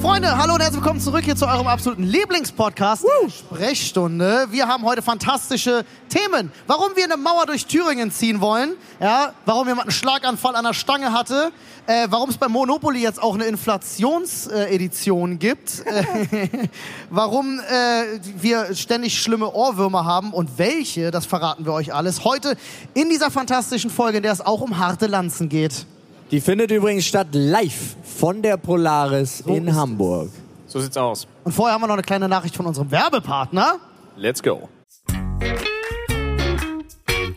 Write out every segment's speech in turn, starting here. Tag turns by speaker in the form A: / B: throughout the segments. A: Freunde, hallo und herzlich willkommen zurück hier zu eurem absoluten Lieblingspodcast, der Sprechstunde. Wir haben heute fantastische Themen. Warum wir eine Mauer durch Thüringen ziehen wollen, ja, warum jemand einen Schlaganfall an der Stange hatte, äh, warum es bei Monopoly jetzt auch eine Inflationsedition gibt, äh, warum äh, wir ständig schlimme Ohrwürmer haben und welche, das verraten wir euch alles heute in dieser fantastischen Folge, in der es auch um harte Lanzen geht.
B: Die findet übrigens statt live von der Polaris
A: ist
B: in Hamburg.
C: So sieht's aus.
A: Und vorher haben wir noch eine kleine Nachricht von unserem Werbepartner.
C: Let's go.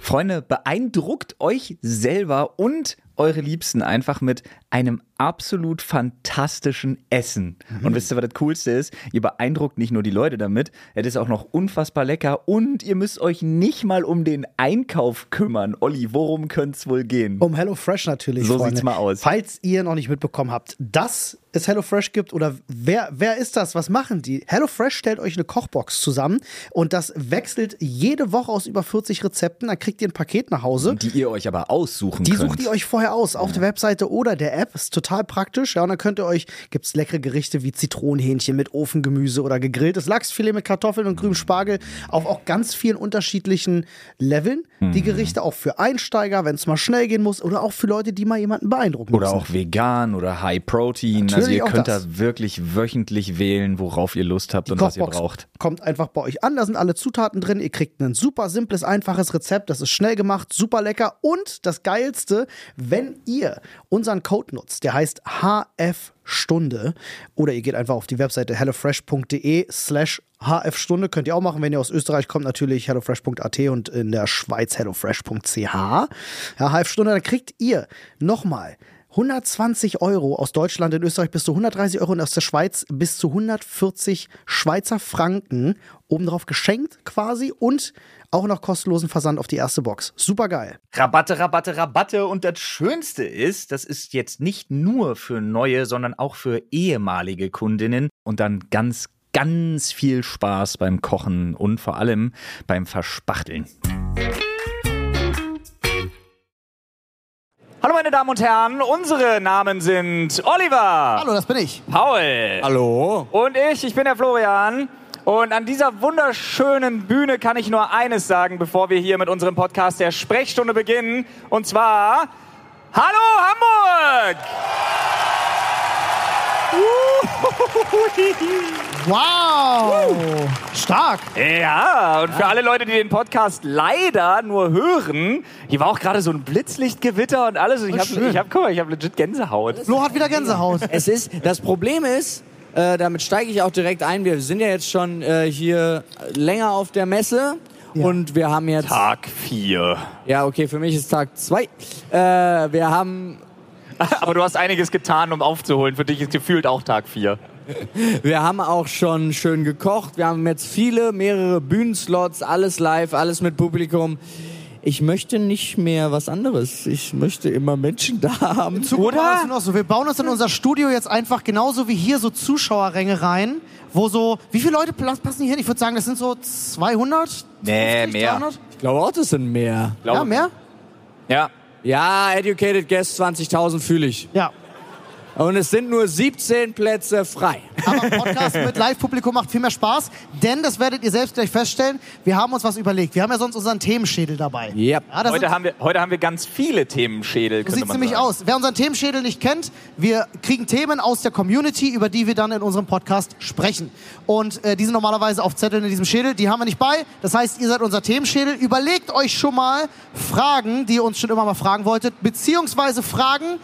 D: Freunde, beeindruckt euch selber und eure Liebsten einfach mit einem absolut fantastischen Essen. Und wisst ihr, was das Coolste ist? Ihr beeindruckt nicht nur die Leute damit, es ist auch noch unfassbar lecker und ihr müsst euch nicht mal um den Einkauf kümmern. Olli, worum könnte es wohl gehen?
E: Um HelloFresh natürlich.
D: Hm. So
E: Freunde.
D: sieht's mal aus.
E: Falls ihr noch nicht mitbekommen habt, dass es HelloFresh gibt oder wer, wer ist das? Was machen die? HelloFresh stellt euch eine Kochbox zusammen und das wechselt jede Woche aus über 40 Rezepten. Dann kriegt ihr ein Paket nach Hause.
D: Die ihr euch aber aussuchen
E: Die
D: könnt.
E: sucht ihr euch vorher aus, auf der Webseite oder der App. Ist total praktisch. Ja, und dann könnt ihr euch, gibt's leckere Gerichte wie Zitronenhähnchen mit Ofengemüse oder gegrilltes Lachsfilet mit Kartoffeln und
D: Mm.
E: grünem Spargel auf auch ganz vielen unterschiedlichen Leveln.
D: Mm.
E: Die Gerichte auch für Einsteiger, wenn es mal schnell gehen muss oder auch für Leute, die mal jemanden beeindrucken
D: Oder
E: müssen.
D: auch vegan oder High Protein.
E: Natürlich
D: also ihr
E: auch
D: könnt
E: das.
D: da wirklich wöchentlich wählen, worauf ihr Lust habt
E: Die
D: und was
E: Kochbox
D: ihr braucht.
E: Kommt einfach bei euch an, da sind alle Zutaten drin. Ihr kriegt ein super simples, einfaches Rezept. Das ist schnell gemacht, super lecker. Und das Geilste, wenn ihr unseren Code nutzt, der heißt HF-Stunde, oder ihr geht einfach auf die Webseite hellofresh.de slash HF-Stunde. Könnt ihr auch machen, wenn ihr aus Österreich kommt, natürlich hellofresh.at und in der Schweiz hellofresh.ch. Ja, HF-Stunde, dann kriegt ihr nochmal 120 Euro aus Deutschland, in Österreich bis zu 130 Euro und aus der Schweiz bis zu 140 Schweizer Franken obendrauf geschenkt quasi und auch noch kostenlosen Versand auf die erste Box. Super geil.
D: Rabatte, Rabatte, Rabatte. Und das Schönste ist, das ist jetzt nicht nur für neue, sondern auch für ehemalige Kundinnen. Und dann ganz, ganz viel Spaß beim Kochen und vor allem beim Verspachteln. Hallo meine Damen und Herren, unsere Namen sind Oliver,
A: Hallo, das bin ich.
D: Paul
B: Hallo?
D: und ich, ich bin der Florian. Und an dieser wunderschönen Bühne kann ich nur eines sagen, bevor wir hier mit unserem Podcast der Sprechstunde beginnen. Und zwar, hallo Hamburg!
A: Wow! Stark!
D: Ja, und für alle Leute, die den Podcast leider nur hören, hier war auch gerade so ein Blitzlichtgewitter und alles. Und
A: Oh,
D: ich habe, ich hab, guck mal, ich habe legit Gänsehaut.
A: Flo hat wieder Gänsehaut.
B: Es ist, das Problem ist, äh, damit steige ich auch direkt ein, wir sind ja jetzt schon äh, hier länger auf der Messe und wir haben jetzt...
D: Tag 4.
B: Ja, okay, für mich ist Tag zwei. Äh, wir haben
D: Aber du hast einiges getan, um aufzuholen. Für dich ist gefühlt auch Tag 4.
B: Wir haben auch schon schön gekocht. Wir haben jetzt viele, mehrere Bühnenslots, alles live, alles mit Publikum. Ich möchte nicht mehr was anderes. Ich möchte immer Menschen da haben.
A: Oder? Noch so. Also Wir bauen uns in unser Studio jetzt einfach genauso wie hier so Zuschauerränge rein, wo so, wie viele Leute pla- passen hier hin? Ich würde sagen, das sind so 200?
D: Nee,
A: 250,
D: Äh, mehr.
A: 300?
B: Ich glaube auch, das sind mehr.
A: Ja, mehr?
D: Ja.
C: Ah,
B: Ja, Educated Guest 20.000 fühle ich.
A: Ja.
B: Und es sind nur 17 Plätze frei.
A: Aber ein Podcast mit Live-Publikum macht viel mehr Spaß, denn das werdet ihr selbst gleich feststellen. Wir haben uns was überlegt. Wir haben ja sonst unseren Themenschädel dabei.
B: Yep.
A: Ja, das
D: Heute
A: sind-
D: haben, wir, heute haben wir ganz viele Themenschädel.
A: So
D: könnte
A: sieht
D: man
A: nämlich
D: sagen.
A: aus. Wer unseren Themenschädel nicht kennt, wir kriegen Themen aus der Community, über die wir dann in unserem Podcast sprechen. Und äh, die sind normalerweise auf Zetteln in diesem Schädel, die haben wir nicht bei. Das heißt, ihr seid unser Themenschädel. Überlegt euch schon mal Fragen, die ihr uns schon immer mal fragen wolltet, beziehungsweise Fragen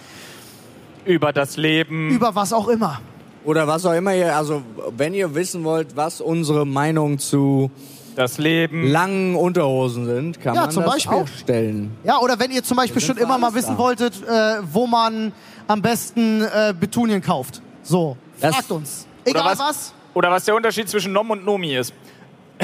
D: Über das Leben.
A: über was auch immer.
B: Oder was auch immer ihr, also wenn ihr wissen wollt, was unsere Meinung zu
D: das Leben.
B: langen Unterhosen sind, kann
A: Ja,
B: man
A: zum
B: das
A: Beispiel.
B: auch stellen.
A: Ja, oder wenn ihr zum Beispiel
B: sind
A: schon
B: für
A: immer mal
B: alles da.
A: wissen wolltet, äh, wo man am besten äh, Betunien kauft. So,
B: Das-
A: fragt uns.
D: Oder
A: Egal
D: was,
A: was.
D: Oder was der Unterschied zwischen Nom und Nomi ist.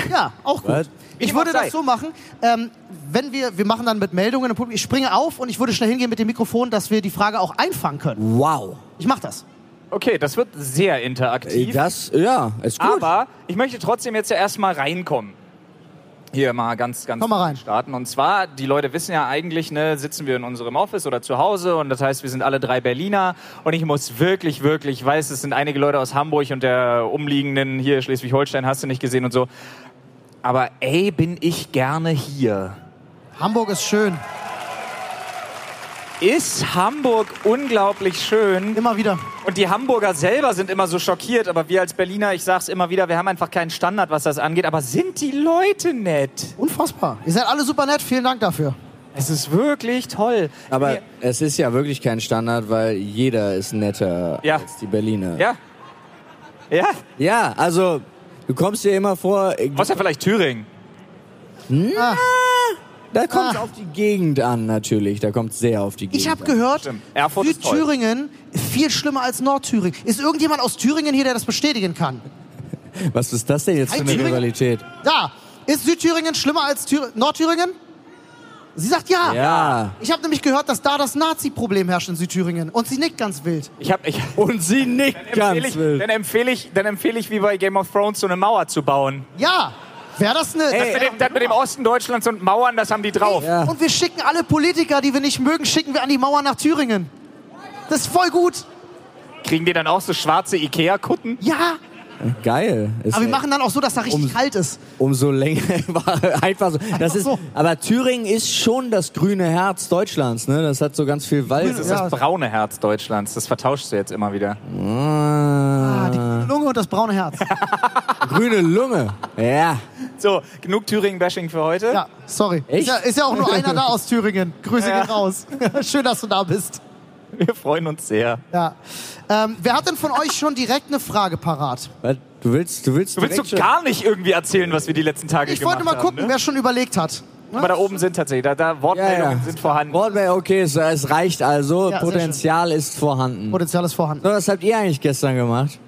A: Ja, auch gut.
B: Was?
A: Ich
D: Wie
A: würde
D: dem auch
A: das
D: sei.
A: so machen, ähm, wenn wir, wir machen dann mit Meldungen im Publikum, ich springe auf und ich würde schnell hingehen mit dem Mikrofon, dass wir die Frage auch einfangen können.
B: Wow.
A: Ich mache das.
D: Okay, das wird sehr interaktiv.
B: Das, ja, ist gut.
D: aber ich möchte trotzdem jetzt ja erstmal reinkommen.
C: hier mal ganz, ganz
A: Komm mal rein.
C: starten. Und zwar, die Leute wissen ja eigentlich, ne, sitzen wir in unserem Office oder zu Hause und das heißt, wir sind alle drei Berliner und ich muss wirklich, wirklich, ich weiß, es sind einige Leute aus Hamburg und der umliegenden hier Schleswig-Holstein hast du nicht gesehen und so. Aber ey, bin ich gerne hier.
A: Hamburg ist schön.
C: Ist Hamburg unglaublich schön.
A: Immer wieder.
C: Und die Hamburger selber sind immer so schockiert, aber wir als Berliner, ich sag's immer wieder, wir haben einfach keinen Standard, was das angeht. Aber sind die Leute nett?
A: Unfassbar. Ihr seid alle super nett. Vielen Dank dafür.
C: Es ist wirklich toll.
B: Aber
C: Mir-
B: es ist ja wirklich kein Standard, weil jeder ist netter
C: Ja.
B: als die Berliner.
C: ja. Ja,
B: Ja, also du kommst dir immer vor, äh,
C: außer vielleicht Thüringen.
B: da kommt es
A: Ah.
B: auf die Gegend an natürlich, da kommt es sehr auf die Gegend
A: Ich habe
B: an.
A: gehört,
C: Stimmt. Erfurt ist toll.
A: Südthüringen viel schlimmer als Nordthüringen. Ist irgendjemand aus Thüringen hier, der das bestätigen kann?
B: Was ist das denn jetzt für
A: Ein
B: eine
A: Thüringer-
B: Rivalität?
A: Da. Ist Südthüringen schlimmer als Thür Nordthüringen? Sie sagt ja.
B: Ja.
A: Ich habe nämlich gehört, dass da das Nazi-Problem herrscht in Südthüringen. Und sie nickt ganz wild.
C: Ich hab, ich,
B: Und sie nickt
C: dann empfehle
B: ganz
C: ich,
B: wild.
C: dann empfehle ich, dann empfehle ich, wie bei Game of Thrones, so eine Mauer zu bauen.
A: Ja. Wäre das eine...
C: das, mit dem, das mit dem Osten Deutschlands und Mauern, das haben die drauf.
B: Ja.
A: Und wir schicken alle Politiker, die wir nicht mögen, schicken wir an die Mauer nach Thüringen. Das ist voll gut.
C: Kriegen die dann auch so schwarze Ikea-Kutten?
A: Ja.
B: Geil. Ist
A: Aber wir
B: echt-
A: machen dann auch so, dass da richtig
B: Um-
A: kalt ist.
B: Umso länger war einfach so. Das ist,
A: so.
B: aber Thüringen ist schon das grüne Herz Deutschlands, ne? Das hat so ganz viel Wald.
C: Das ist
A: Ja.
C: das braune Herz Deutschlands. Das vertauschst du jetzt immer wieder.
A: Ah, die
B: Ah,
A: grüne Lunge und das braune Herz.
B: grüne Lunge. Ja.
C: So, genug Thüringen-Bashing für heute.
A: Ja, sorry.
B: Echt?
A: Ist ja, ist ja auch nur einer da aus Thüringen. Grüße
C: Ja.
A: gehen raus. Schön, dass du da bist.
C: Wir freuen uns sehr.
A: Ja. Ähm, wer hat denn von euch schon direkt eine Frage parat?
B: Was? Du willst, du willst,
C: Du willst
B: direkt
C: doch
B: schon-
C: gar nicht irgendwie erzählen, was wir die letzten Tage
A: Ich
C: gemacht haben.
A: wollte mal gucken,
C: Ne?
A: wer schon überlegt hat.
C: Aber da oben sind tatsächlich, da, da
B: Ja,
C: Wortmeldungen
B: ja.
C: sind vorhanden.
B: Broadway, okay, es, es reicht also.
A: Ja, sehr
B: Potenzial ist vorhanden.
A: Potenzial ist vorhanden.
B: So, was habt ihr eigentlich gestern gemacht?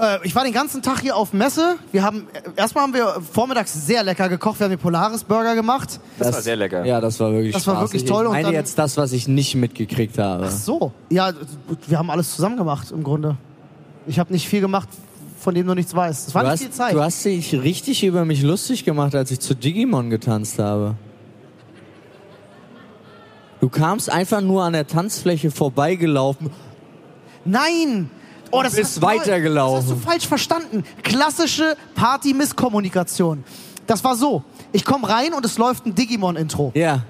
A: Äh, ich war den ganzen Tag hier auf Messe. Wir haben, äh, erstmal haben wir vormittags sehr lecker gekocht. Wir haben den Polaris Burger gemacht.
C: Das war sehr lecker.
B: Ja, das war wirklich
A: Das war
B: spaßig.
A: wirklich toll
B: Ich
A: und
B: meine
A: dann-
B: jetzt das, was ich nicht mitgekriegt habe.
A: So. Ja, wir haben alles zusammen gemacht im Grunde. Ich habe nicht viel gemacht, von dem du nichts weißt. Es war
B: Du
A: nicht
B: hast,
A: viel Zeit.
B: du hast dich richtig über mich lustig gemacht, als ich zu Digimon getanzt habe. Du kamst einfach nur an der Tanzfläche vorbeigelaufen.
A: Nein! Oh, das
B: bist
A: hast du-
B: weitergelaufen.
A: Das hast du falsch verstanden. Klassische Party-Misskommunikation. Das war so. Ich komme rein und es läuft ein Digimon-Intro.
B: Ja.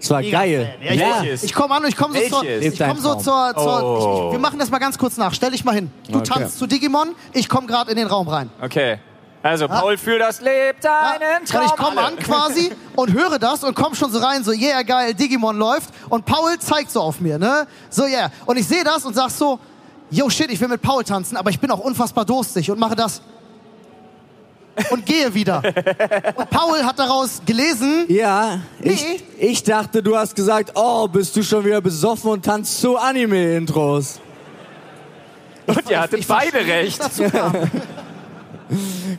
B: Es war geil.
C: Ja, ich weiß es.
A: Ich komme an und ich komme so
C: Welches?
A: zur...
C: Lebt
A: Ich komm
B: dein
A: so
B: Traum.
A: zur, zur
C: Oh.
A: ich, ich, wir machen das mal ganz kurz nach. Stell dich mal hin. Du
B: Okay.
A: tanzt zu Digimon, ich komme gerade in den Raum rein.
C: Okay. Also, Paul für das lebt einen Traum.
A: und Ah, ich komme
C: alle.
A: an quasi und höre das und komme schon so rein, so yeah, geil, Digimon läuft. Und Paul zeigt so auf mir, ne? So yeah. Und ich sehe das und sag so, yo shit, ich will mit Paul tanzen, aber ich bin auch unfassbar durstig und mache das. Und gehe wieder. Und Paul hat daraus gelesen,
B: Ja, ich,
A: Nee.
B: ich dachte, du hast gesagt, oh, bist du schon wieder besoffen und tanzt zu Anime-Intros.
C: Und ihr hattet
A: ich
C: beide
A: verstehe, wie es
C: recht.
A: dazu kam.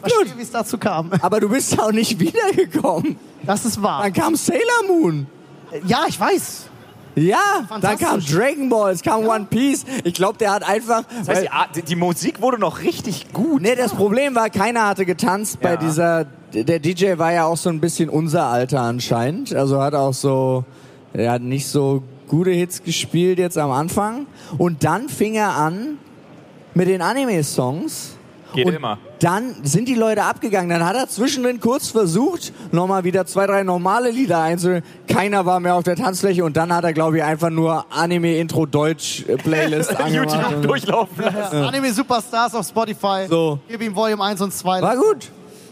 A: Verstehe, wie es dazu kam.
B: Aber du bist auch nicht wiedergekommen.
A: Das ist wahr.
B: Dann kam Sailor Moon.
A: Ja, ich weiß.
B: Ja, dann kam
A: Fantastisch.
B: Dragon Ball, es kam One Piece. Ich glaube, der hat einfach...
C: Das heißt,
B: weil-
C: die, Art- die- ah, die Musik wurde noch richtig gut.
B: Nee, das Problem war, keiner hatte getanzt bei
C: Ja.
B: dieser. Der DJ war ja auch so ein bisschen unser Alter anscheinend. Also hat auch so. Er hat nicht so gute Hits gespielt jetzt am Anfang. Und dann fing er an mit den Anime-Songs.
C: Geht
B: und
C: immer.
B: Dann sind die Leute abgegangen. Dann hat er zwischendrin kurz versucht, nochmal wieder zwei, drei normale Lieder einzuhören. Keiner war mehr auf der Tanzfläche und dann hat er, glaube ich, einfach nur Anime-Intro-Deutsch-Playlist angemacht.
C: YouTube
B: und-
C: durchlaufen lassen.
A: Anime Superstars auf Spotify.
B: So.
A: Gib ihm Volume 1 und 2.
B: War gut.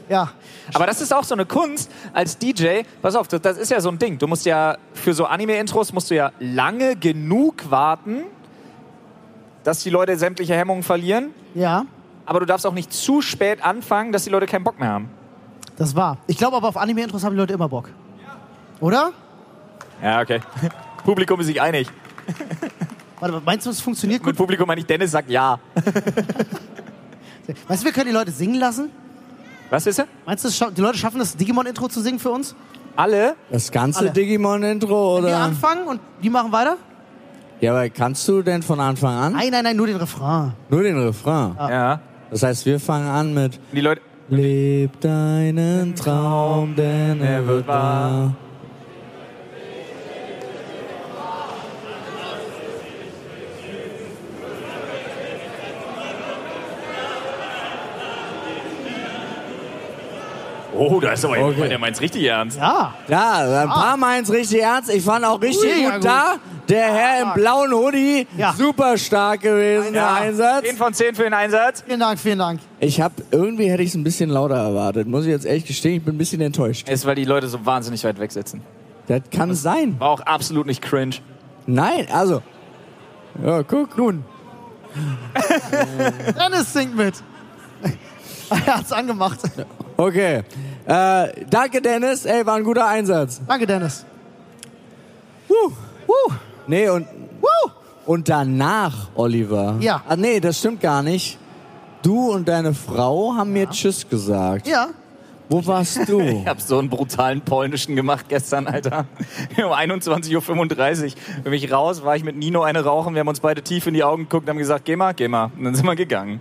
A: Ja.
C: Aber das ist auch so eine Kunst als DJ. Pass auf, das, das ist ja so ein Ding. Du musst ja für so Anime-Intros musst du ja lange genug warten, dass die Leute sämtliche Hemmungen verlieren.
A: Ja.
C: Aber du darfst auch nicht zu spät anfangen, dass die Leute keinen Bock mehr haben.
A: Das war. Ich glaube aber auf Anime-Intros haben die Leute immer Bock. Oder?
C: Ja, okay. Publikum ist sich einig.
A: Warte, meinst du, es funktioniert
C: Mit
A: gut?
C: Publikum meine ich, Dennis sagt ja.
A: Weißt du, wir können die Leute singen lassen?
C: Was ist er?
A: Meinst du, es scha- die Leute schaffen das Digimon-Intro zu singen für uns?
C: Alle?
B: Das ganze
A: Alle.
B: Digimon-Intro, oder?
A: Wir anfangen und die machen weiter?
B: Ja, aber kannst du denn von Anfang an?
A: Nein, nein, nein, nur den Refrain.
B: Nur den Refrain.
C: Ja.
B: Das heißt, wir fangen an mit
C: Die Leute.
B: Leb deinen Traum, denn er wird wahr.
C: Oh, da ist aber
B: Okay.
C: jemand, der meint's richtig ernst.
A: Ja.
B: Ja, ein paar meins richtig ernst. Ich fand auch richtig
A: Ah. Ui,
B: gut,
A: ja, gut.
B: da. Der Herr im blauen Hoodie,
A: Ja.
B: super stark gewesen, der Einsatz.
C: 10 von 10 für den Einsatz.
A: Vielen Dank, vielen Dank.
B: Ich habe irgendwie hätte ich es ein bisschen lauter erwartet. Muss ich jetzt ehrlich gestehen, ich bin ein bisschen enttäuscht.
C: Ist, weil die Leute so wahnsinnig weit weg sitzen.
B: Das kann sein.
C: War auch absolut nicht cringe.
B: Nein, also. Ja, guck. Nun.
A: Dennis singt mit. er hat's angemacht.
B: Okay. Äh, danke, Dennis. Ey, war ein guter Einsatz.
A: Danke, Dennis.
B: Huh.
A: Huh.
B: Nee, und,
A: Woo!
B: und danach, Oliver.
A: Ja.
B: Ah, nee, das stimmt gar nicht. Du und deine Frau haben mir Tschüss gesagt.
A: Ja.
B: Wo warst du?
C: Ich hab so einen brutalen polnischen gemacht gestern, Alter. Um 21.35 Uhr. Bin ich raus, war ich mit Nino eine rauchen. Wir haben uns beide tief in die Augen geguckt und haben gesagt, geh mal, geh mal. Und dann sind wir gegangen.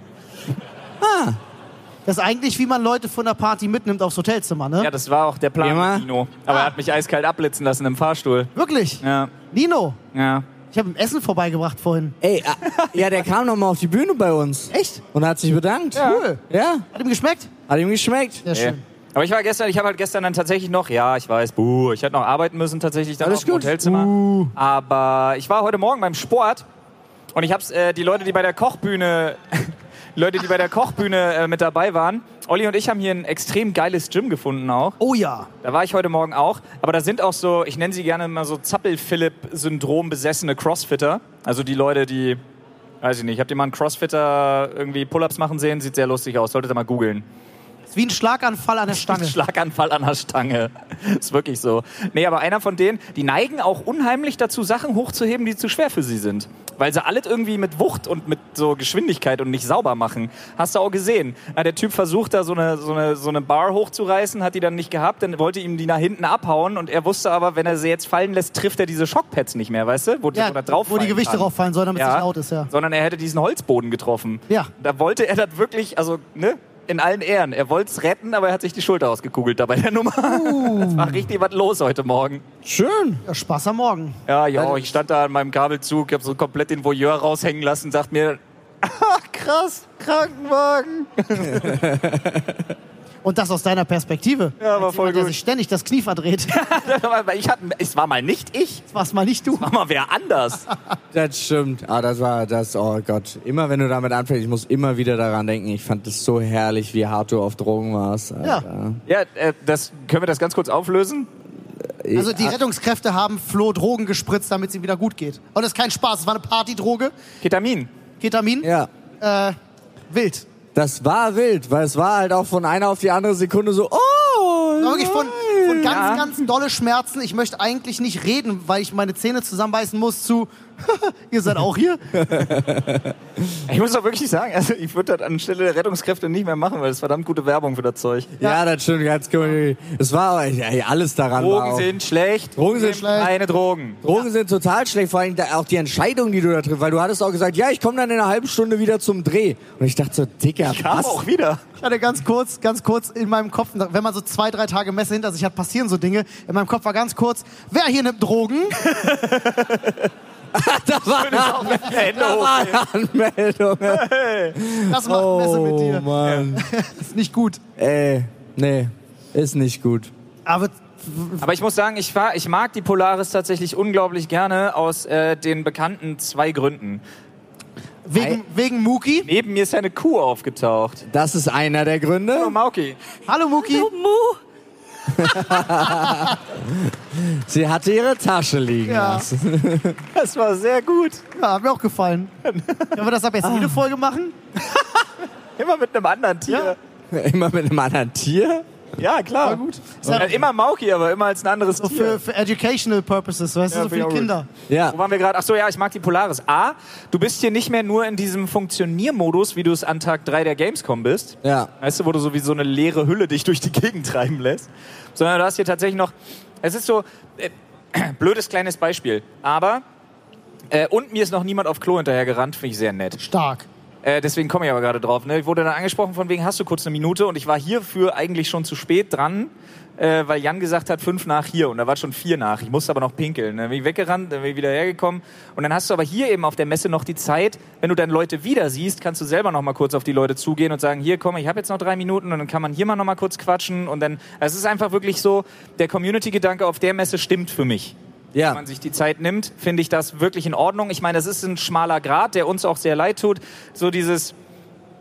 A: Das ist eigentlich, wie man Leute von der Party mitnimmt aufs Hotelzimmer, ne?
C: Ja, das war auch der
B: Geh
C: Plan
B: mal.
C: mit Nino. Aber er hat mich eiskalt abblitzen lassen im Fahrstuhl.
A: Wirklich?
C: Ja,
A: Nino,
C: ja.
A: ich habe ihm Essen vorbeigebracht vorhin.
B: Ey, ah, ja, der kam noch mal auf die Bühne bei uns.
A: Echt?
B: Und hat sich bedankt.
A: Cool.
B: Ja,
A: Hat ihm geschmeckt?
B: hat ihm geschmeckt.
A: Sehr
C: Nee.
A: schön.
C: Aber ich war gestern, ich habe halt gestern dann tatsächlich noch, ja, ich weiß, buh, ich hätte noch arbeiten müssen tatsächlich dann
B: Alles
C: auch im
B: gut.
C: Hotelzimmer. Aber ich war heute Morgen beim Sport und ich habe äh, die Leute, die bei der Kochbühne, Leute, die bei der Kochbühne äh, mit dabei waren, Olli und ich haben hier ein extrem geiles Gym gefunden auch.
A: Oh ja.
C: Da war ich heute Morgen auch. Aber da sind auch so, ich nenne sie gerne mal so Zappel-Philipp-Syndrom besessene Crossfitter. Also die Leute, die, weiß ich nicht, habt ihr mal einen Crossfitter irgendwie Pull-Ups machen sehen? Sieht sehr lustig aus, solltet ihr mal googeln.
A: Ist wie ein Schlaganfall an der Stange.
C: Schlaganfall an der Stange. Ist wirklich so. Nee, aber einer von denen, die neigen auch unheimlich dazu, Sachen hochzuheben, die zu schwer für sie sind. Weil sie alles irgendwie mit Wucht und mit so Geschwindigkeit und nicht sauber machen. Hast du auch gesehen. Na, der Typ versucht da so eine, so, eine, so eine Bar hochzureißen, hat die dann nicht gehabt, dann wollte ihm die nach hinten abhauen und er wusste aber, wenn er sie jetzt fallen lässt, trifft er diese Schockpads nicht mehr, weißt du? Wo,
A: Ja,
C: wo, da drauf
A: wo die
C: fallen
A: Gewichte
C: kann.
A: drauf fallen sollen, damit es nicht laut ist, ja.
C: Sondern er hätte diesen Holzboden getroffen.
A: Ja.
C: Da wollte er das wirklich, also, ne? In allen Ehren. Er wollte es retten, aber er hat sich die Schulter ausgekugelt dabei der Nummer.
A: Uh.
C: Das war richtig was los heute Morgen.
B: Schön.
A: Ja, Spaß am Morgen.
C: Ja,
A: Also
C: ja, ich stand da an meinem Kabelzug, hab so komplett den Voyeur raushängen lassen, sagt mir, ach krass, Krankenwagen.
A: Und das aus deiner Perspektive.
C: Ja, war
A: Als
C: voll
A: jemand, Der
C: gut.
A: sich ständig das Knie verdreht.
C: Aber ich hatte, es war mal nicht ich,
A: Das war's mal nicht du.
B: Äh,
C: war mal wer anders.
B: Das stimmt. Ah, das war das, oh Gott. Immer wenn du damit anfängst, ich muss immer wieder daran denken. Ich fand es so herrlich, wie hart du auf Drogen warst. Alter.
C: Ja, äh, das, können wir das ganz kurz auflösen?
A: Also
B: äh,
A: die Rettungskräfte haben Flo Drogen gespritzt, damit es ihm wieder gut geht. Und das ist kein Spaß, es war eine Partydroge.
C: Ketamin.
A: Ketamin.
B: Ja.
A: Äh, wild.
B: Das war wild, weil es war halt auch von einer auf die andere Sekunde so, oh!
A: Aber Wirklich von, von
C: Ja.
A: ganz, ganz dolle Schmerzen. Ich möchte eigentlich nicht reden, weil ich meine Zähne zusammenbeißen muss zu, ihr seid auch hier.
C: Ich muss doch wirklich sagen, also ich würde das anstelle der Rettungskräfte nicht mehr machen, weil das ist verdammt gute Werbung für das Zeug.
B: ja, das stimmt, ganz cool. Es war aber, ey, alles daran war
C: Drogen
B: auch,
C: sind schlecht.
B: Drogen sind
C: Nehmt
A: schlecht.
C: Keine Drogen.
B: Drogen sind total schlecht, vor allem da, auch die Entscheidung, die du da triffst, weil du hattest auch gesagt, ja, ich komme dann in einer halben Stunde wieder zum Dreh. Und ich dachte so, Dicker,
C: Kam
B: was?
C: auch wieder.
A: Ich hatte ganz kurz, ganz kurz in meinem Kopf, wenn man so zwei, drei Tage Messe hinter sich hat, passieren so Dinge. In meinem Kopf war ganz kurz, wer hier nimmt Drogen?
B: Da war eine
C: Hände
B: Da
C: hoch.
B: war eine Anmeldung.
A: Das macht Messe mit dir.
B: Oh, Mann.
A: Ist nicht gut.
B: Ey, nee, ist nicht gut.
A: Aber
C: Aber ich muss sagen, ich, war, ich mag die Polaris tatsächlich unglaublich gerne aus äh, den bekannten zwei Gründen.
A: wegen, wegen Muki.
C: Neben mir ist eine Kuh aufgetaucht.
B: Das ist einer der Gründe.
C: Oh, Mauki.
A: Hallo Muki.
B: Sie hatte ihre Tasche liegen
A: Ja.
B: lassen.
C: Das war sehr gut.
A: Ja, hat mir auch gefallen. Können wir das ab jetzt
C: Ah.
A: jede Folge machen?
C: Immer mit einem anderen Tier.
B: Immer mit einem anderen Tier.
C: Ja, klar. gut. Ja, immer Mauki, aber immer als ein anderes
A: So
C: Tier.
A: für, für educational purposes, weißt du,
C: Ja,
A: so
C: finde
A: für die
C: ich auch
A: Kinder.
B: Ja.
C: Wo waren wir gerade? Ach so, ja, ich mag die Polaris. A, du bist hier nicht mehr nur in diesem Funktioniermodus, wie du es an Tag 3 der Gamescom bist.
B: Ja.
C: Weißt du, wo du so wie so eine leere Hülle dich durch die Gegend treiben lässt. Sondern du hast hier tatsächlich noch... Es ist so... Äh, blödes kleines Beispiel. Aber... Äh, und mir ist noch niemand auf Klo hinterhergerannt, finde ich sehr nett.
A: Stark.
C: Äh, deswegen komme ich aber gerade drauf. Ne? Ich wurde dann angesprochen, von wegen hast du kurz eine Minute und ich war hierfür eigentlich schon zu spät dran, äh, weil Jan gesagt hat, fünf nach hier und da war es schon vier nach. Ich musste aber noch pinkeln. Dann bin ich weggerannt, dann bin ich wieder hergekommen und dann hast du aber hier eben auf der Messe noch die Zeit, wenn du dann Leute wieder siehst, kannst du selber noch mal kurz auf die Leute zugehen und sagen, hier komm, ich habe jetzt noch drei Minuten und dann kann man hier mal noch mal kurz quatschen und dann, also es ist einfach wirklich so, der Community-Gedanke auf der Messe stimmt für mich wenn
B: Ja.
C: man sich die Zeit nimmt, finde ich das wirklich in Ordnung. Ich meine, das ist ein schmaler Grad, der uns auch sehr leid tut. So dieses,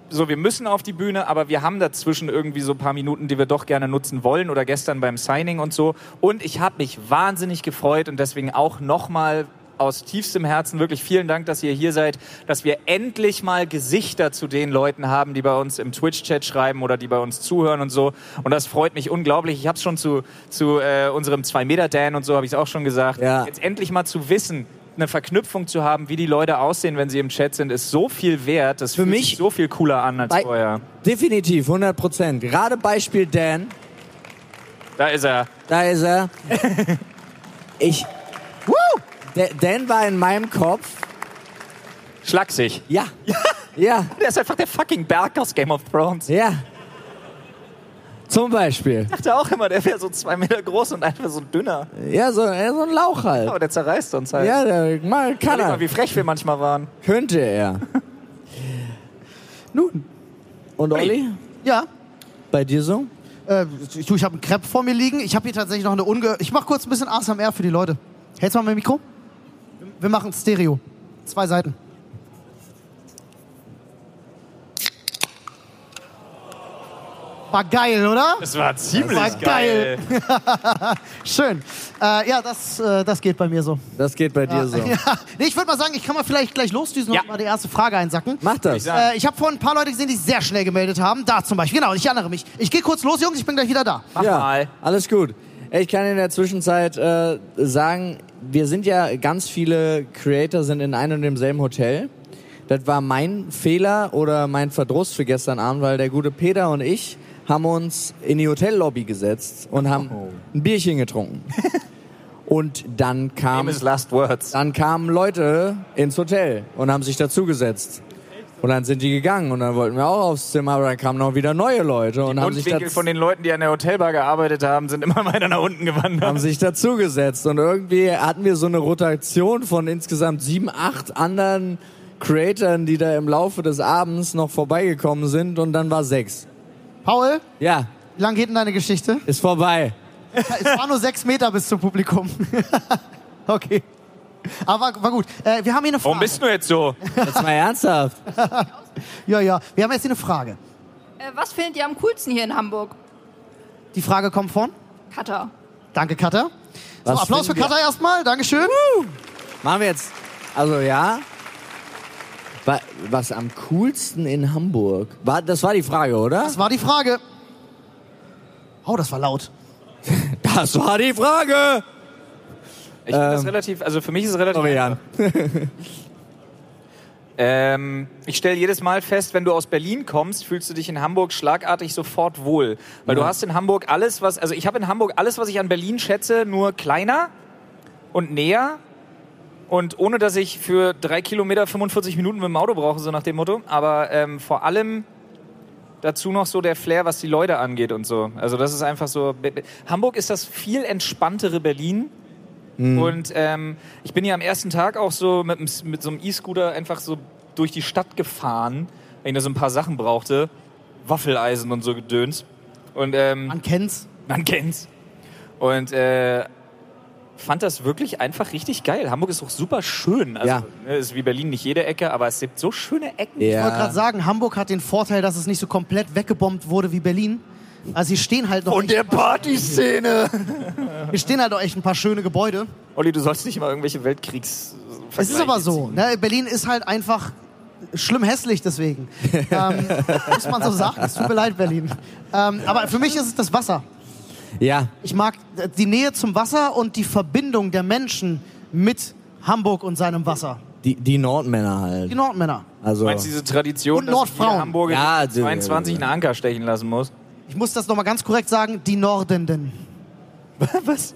C: so wir müssen auf die Bühne, aber wir haben dazwischen irgendwie so ein paar Minuten, die wir doch gerne nutzen wollen oder gestern beim Signing und so. Und ich habe mich wahnsinnig gefreut und deswegen auch nochmal aus tiefstem Herzen wirklich vielen Dank, dass ihr hier seid, dass wir endlich mal Gesichter zu den Leuten haben, die bei uns im Twitch-Chat schreiben oder die bei uns zuhören und so. Und das freut mich unglaublich. Ich habe es schon zu, zu äh, unserem 2-Meter-Dan und so, habe ich es auch schon gesagt.
B: Ja.
C: Jetzt endlich mal zu wissen, eine Verknüpfung zu haben, wie die Leute aussehen, wenn sie im Chat sind, ist so viel wert. Das
B: Für
C: fühlt
B: mich-
C: sich so viel cooler an als
B: Bei-
C: vorher.
B: Definitiv, 100 Prozent. Gerade Beispiel Dan.
C: Da ist er.
B: Da ist er. Ich. Woo! Da- Dan war in meinem Kopf.
C: Schlagsig.
B: Ja. Ja.
C: Der ist einfach der fucking Berg aus Game of Thrones. Ich
B: Ja. Zum Beispiel.
C: dachte auch immer, der wäre so zwei Meter groß und einfach so dünner.
B: Ja, so, ja, so ein Lauch halt.
C: Aber der zerreißt uns halt.
B: Ja, der, mal kann
C: Guck
B: er.
C: mal, wie frech wir manchmal waren.
B: Könnte er. Nun. Und Olli,
A: Ja.
B: bei dir so?
A: Äh, ich du, ich habe einen Crepe vor mir liegen. Ich habe hier tatsächlich noch eine Unge... Ich mache kurz ein bisschen ASMR für die Leute. Hältst du mal mein Mikro? Wir machen Stereo. Zwei Seiten. War geil, oder?
C: Das war ziemlich
A: Das war geil. Schön. Äh, ja, das, äh, das geht bei mir so.
B: Das geht bei
C: Ah,
B: dir so.
A: Ja. Nee, ich würde mal sagen, ich kann mal vielleicht gleich losdüsen
C: Ja.
A: und mal die erste Frage einsacken.
B: Mach das.
C: sag-
A: Äh, ich habe vorhin ein paar Leute gesehen, die sich sehr schnell gemeldet haben. Da zum Beispiel. Genau, ich erinnere mich. Ich gehe kurz los, Jungs, ich bin gleich wieder da.
C: Mach mal.
B: Alles gut. Ich kann in der Zwischenzeit äh, sagen, wir sind ja ganz viele Creator sind in einem und demselben Hotel. Das war mein Fehler oder mein Verdruss für gestern Abend, weil der gute Peter und ich haben uns in die Hotellobby gesetzt und haben
C: Oh.
B: ein Bierchen getrunken. und dann kam
C: Famous Last Words.
B: dann kamen Leute ins Hotel und haben sich dazugesetzt. Und dann sind die gegangen und dann wollten wir auch aufs Zimmer, aber dann kamen noch wieder neue Leute und haben sich,
C: Mundwinkel
B: daz
C: von den Leuten, die an der Hotelbar gearbeitet haben, sind immer weiter nach unten
B: haben
C: gewandert.
B: sich dazugesetzt. Und irgendwie hatten wir so eine Rotation von insgesamt sieben, acht anderen Creatoren, die da im Laufe des Abends noch vorbeigekommen sind und dann war sechs.
A: Paul,
B: Ja,
A: wie lang geht denn deine Geschichte?
B: ist vorbei.
A: es war nur sechs Meter bis zum Publikum. okay. Aber war, war gut. Äh, wir haben hier eine Frage.
C: Warum bist du jetzt so?
B: Jetzt mal ernsthaft.
A: ja, ja. Wir haben jetzt hier eine Frage.
F: Äh, was findet ihr am coolsten hier in Hamburg?
A: Die Frage kommt von.
F: Cutter.
A: Danke, Katha. So,
B: Was
A: Applaus für
B: finden wir-
A: Katha erstmal. Dankeschön.
B: Machen wir jetzt. Also ja. Wa- Was am coolsten in Hamburg? War, das war die Frage, oder?
A: Das war die Frage. Oh, das war laut.
B: Das war die Frage.
C: Ich finde das relativ, also für mich ist es relativ.
B: Ähm. Sorry, Jan.
C: Ähm, ich stelle jedes Mal fest, wenn du aus Berlin kommst, fühlst du dich in Hamburg schlagartig sofort wohl. Weil du hast in Hamburg alles, was, also ich habe in Hamburg alles, was ich an Berlin schätze, nur kleiner und näher. Und ohne, dass ich für drei Kilometer 45 Minuten mit dem Auto brauche, so nach dem Motto. Aber ähm, vor allem dazu noch so der Flair, was die Leute angeht und so. Also das ist einfach so. Be- Be- Hamburg ist das viel entspanntere Berlin. Und ähm, ich bin ja am ersten Tag auch so mit, dem S- mit so einem E-Scooter einfach so durch die Stadt gefahren, weil ich da so ein paar Sachen brauchte. Waffeleisen und so gedöns. Und ähm,
A: Man kennt's.
C: man kennt's. Und äh, fand das wirklich einfach richtig geil. Hamburg ist auch super schön. Also,
B: Ja.
C: ne, ist wie Berlin nicht jede Ecke, aber es gibt so schöne Ecken.
A: Ich wollte
B: Ja.
A: gerade sagen, Hamburg hat den Vorteil, dass es nicht so komplett weggebombt wurde wie Berlin. Also hier stehen halt noch, echt,
C: Partyszene.
A: hier stehen halt noch echt ein paar schöne Gebäude.
C: Olli, du sollst nicht immer irgendwelche Weltkriegs. äh,
A: Es ist aber so, ne? Berlin ist halt einfach schlimm hässlich deswegen. ähm, muss man so sagen. Es tut mir leid, Berlin. Ähm, aber für mich ist es das Wasser.
B: Ja,
A: Ich mag äh, die Nähe zum Wasser und die Verbindung der Menschen mit Hamburg und seinem Wasser.
B: die, die Nordmänner halt.
A: Die Nordmänner.
B: Also,
C: Du meinst diese Tradition,
A: Und
C: dass sich jeder
A: Nordfrauen.
C: Hamburger
B: Ja,
C: ja, äh,
B: also-
C: 22 einen Anker stechen lassen muss?
A: Ich muss das nochmal ganz korrekt sagen, die Nordenden.
C: Was?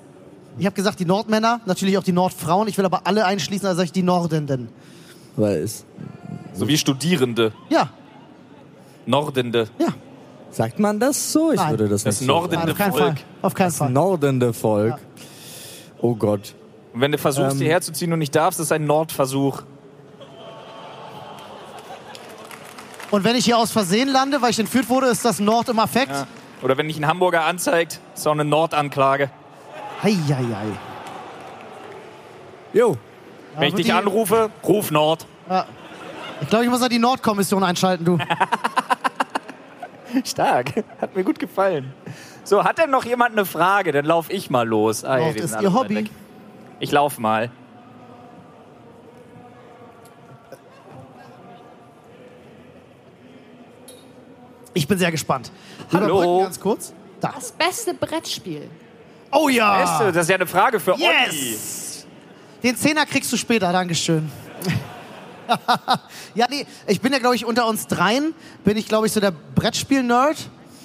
A: Ich habe gesagt, die Nordmänner, natürlich auch die Nordfrauen. Ich will aber alle einschließen, also sage ich die Nordenden.
B: weil es
C: So wie Studierende,
A: Ja,
C: Nordende.
A: ja.
B: Sagt man das so? Ich
A: Nein.
B: würde das,
C: Das
B: nicht so
C: Norden-
B: sagen.
A: Nein, auf keinen Fall.
C: Volk.
A: Auf keinen
B: Das
A: Fall.
B: nordende Volk. Oh Gott.
C: Und wenn du versuchst,
B: Ähm.
C: hierher zu ziehen und nicht darfst, ist ein Nordversuch.
A: Und wenn ich hier aus Versehen lande, weil ich entführt wurde, ist das Nord im Affekt.
C: Ja. Oder wenn dich ein Hamburger anzeigt, ist auch eine Nordanklage.
A: Hei, hei, hei.
B: Jo.
C: Wenn ich
A: aber
C: dich
A: die-
C: anrufe, ruf Nord.
A: Ich glaube, ich muss da die Nordkommission einschalten, du.
C: Stark. Hat mir gut gefallen. So, hat denn noch jemand eine Frage? Dann lauf ich mal los. Ah,
A: Nord
C: die sind
A: ist
C: alle
A: ihr
C: weit
A: Hobby.
C: weg. Ich lauf mal.
A: Ich bin sehr gespannt.
C: Hallo.
A: Überbrücken Ganz kurz. Da.
G: Das beste Brettspiel.
A: Oh ja!
C: Weißt du, das ist ja eine Frage für Olli.
A: Yes! Den Zehner kriegst du später, Dankeschön. ja, nee, ich bin ja, glaube ich, unter uns dreien, bin ich, glaube ich, so der Brettspiel-Nerd.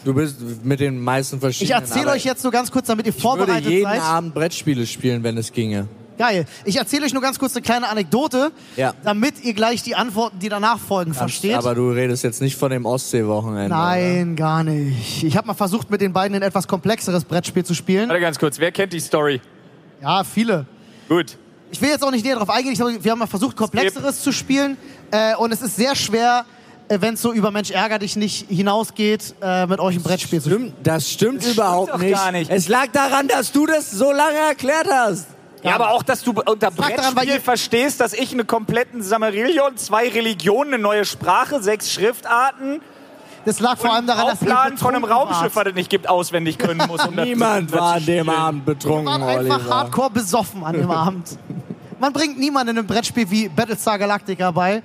B: Du bist mit den meisten
A: Ich
B: verschiedenen.
A: erzähle
B: aber
A: euch jetzt nur ganz kurz, damit ihr
B: Ich würde
A: vorbereitet
B: jeden
A: seid.
B: Abend Brettspiele spielen, wenn es ginge.
A: Geil. Ich erzähle euch nur ganz kurz eine kleine Anekdote,
B: Ja.
A: damit ihr gleich die Antworten, die danach folgen, versteht.
B: Aber du redest jetzt nicht von dem Ostseewochenende.
A: Nein, gar nicht. Ich habe mal versucht, mit den beiden ein etwas komplexeres Brettspiel zu spielen.
C: Warte ganz kurz, wer kennt die Story?
A: Ja, viele.
C: Gut.
A: Ich will jetzt auch nicht näher darauf eingehen. Ich glaube, wir haben mal versucht, komplexeres zu spielen. Äh, und es ist sehr schwer, äh, wenn es so über Mensch ärger dich nicht hinausgeht, äh, mit euch ein Brettspiel zu spielen.
B: Stimmt, das stimmt überhaupt
C: doch
B: nicht.
C: gar nicht.
B: Es lag daran, dass du das so lange erklärt hast.
C: Ja, aber auch, dass du unter
A: lag daran, weil
C: Brettspiel
A: ihr-
C: verstehst, dass ich eine kompletten Samarillion, zwei Religionen, eine neue Sprache, sechs Schriftarten,
A: Das lag vor allem daran, dass ihr
C: Aufladen von einem
A: betrunken
C: Raumschiff, was
A: wart.
C: das nicht gibt, auswendig können muss. um das-
B: Niemand
C: das
B: war
C: zu
B: an dem
C: spielen.
B: Abend betrunken,
A: Ihr wart einfach
B: Oliver.
A: hardcore besoffen an dem Abend. Man bringt niemanden in einem Brettspiel wie Battlestar Galactica bei,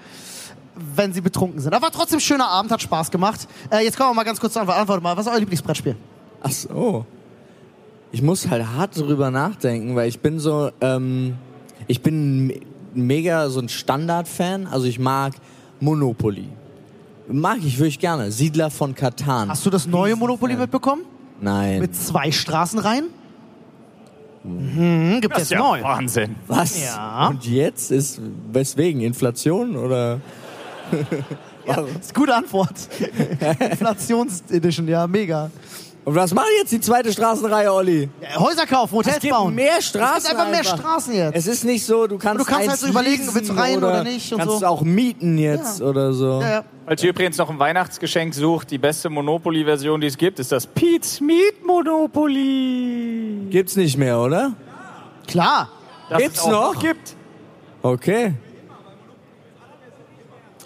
A: wenn sie betrunken sind. Aber war trotzdem ein schöner Abend, hat Spaß gemacht. Äh, jetzt kommen wir mal ganz kurz zur Antwort. Antwort mal. Was ist euer Lieblingsbrettspiel?
B: Ach so. Ich muss halt hart drüber nachdenken, weil ich bin so, ähm, ich bin me- mega so ein Standard-Fan. Also ich mag Monopoly. Mag ich wirklich gerne. Siedler von Katan.
A: Hast du das neue Monopoly mitbekommen?
B: Nein.
A: Mit zwei Straßen rein? Mhm, gibt
C: Das ist
A: es
C: ja
A: neu.
C: Wahnsinn.
B: Was?
A: Ja.
B: Und jetzt ist weswegen Inflation oder?
A: Das ist eine gute Antwort. Inflationsedition, ja, mega.
B: Und was machen jetzt die zweite Straßenreihe, Olli?
A: Ja, Häuser kaufen, Hotels
B: Es gibt
A: bauen.
B: mehr
A: es
B: Straßen.
A: gibt einfach mehr Straßen jetzt.
B: Es ist nicht so, du kannst,
A: Du kannst
B: eins
A: halt so überlegen,
B: leasen
A: willst du rein oder nicht und
B: kannst
A: so.
B: es auch mieten jetzt
A: Ja.
B: oder so.
A: ja, ja.
C: Falls ihr übrigens noch ein Weihnachtsgeschenk sucht, die beste Monopoly-Version, die es gibt, ist das Pete's Meat Monopoly.
B: Gibt's nicht mehr, oder?
A: Klar.
C: Das
B: Gibt's
C: es auch
B: noch?
C: Gibt.
B: Okay.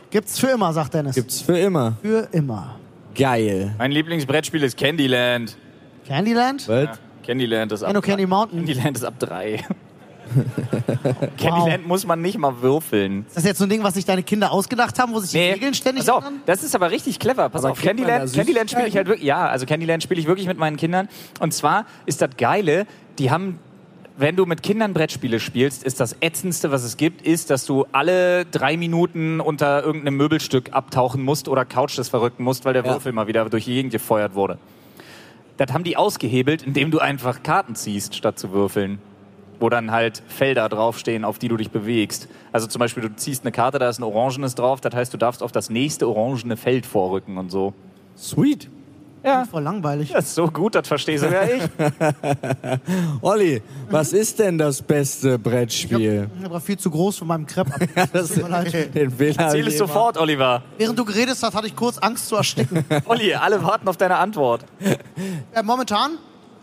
A: Gibt's für immer, sagt Dennis.
B: Gibt's für immer.
A: Für immer.
B: Geil.
C: Mein Lieblingsbrettspiel ist Candyland.
A: Candyland?
B: Was?
C: Candyland ist ab
A: Enno Candy Mountain.
C: Candyland ist ab drei. Candyland muss man nicht mal würfeln.
A: Ist das jetzt so ein Ding, was sich deine Kinder ausgedacht haben, wo sich die Regeln ständig
C: Pass auf,
A: ändern?
C: das ist aber richtig clever. Pass
B: Aber
C: auf,
B: kriegt man
C: Candyland,
B: da
C: Candyland spiele ich halt wirklich. Ja, also Candyland spiele ich wirklich mit meinen Kindern. Und zwar ist das Geile, die haben. Wenn du mit Kindern Brettspiele spielst, ist das ätzendste, was es gibt, ist, dass du alle drei Minuten unter irgendeinem Möbelstück abtauchen musst oder Couches verrücken musst, weil der
B: Ja.
C: Würfel mal wieder durch die Gegend gefeuert wurde. Das haben die ausgehebelt, indem du einfach Karten ziehst, statt zu würfeln wo dann halt Felder draufstehen, auf die du dich bewegst. Also zum Beispiel, du ziehst eine Karte, da ist ein Orangenes drauf, das heißt, du darfst auf das nächste orangene Feld vorrücken und so.
B: Sweet.
A: Voll langweilig.
C: Das ist so gut, das verstehe sogar ich.
B: Olli, was ist denn das beste Brettspiel?
A: Ich bin aber viel zu groß von meinem Crepe.
B: Das
A: Tut mir leid.
B: den Wähler
C: Ziel es sofort, Oliver.
A: Während du geredet hast, hatte ich kurz Angst zu ersticken.
C: Olli, alle warten auf deine Antwort.
A: äh, momentan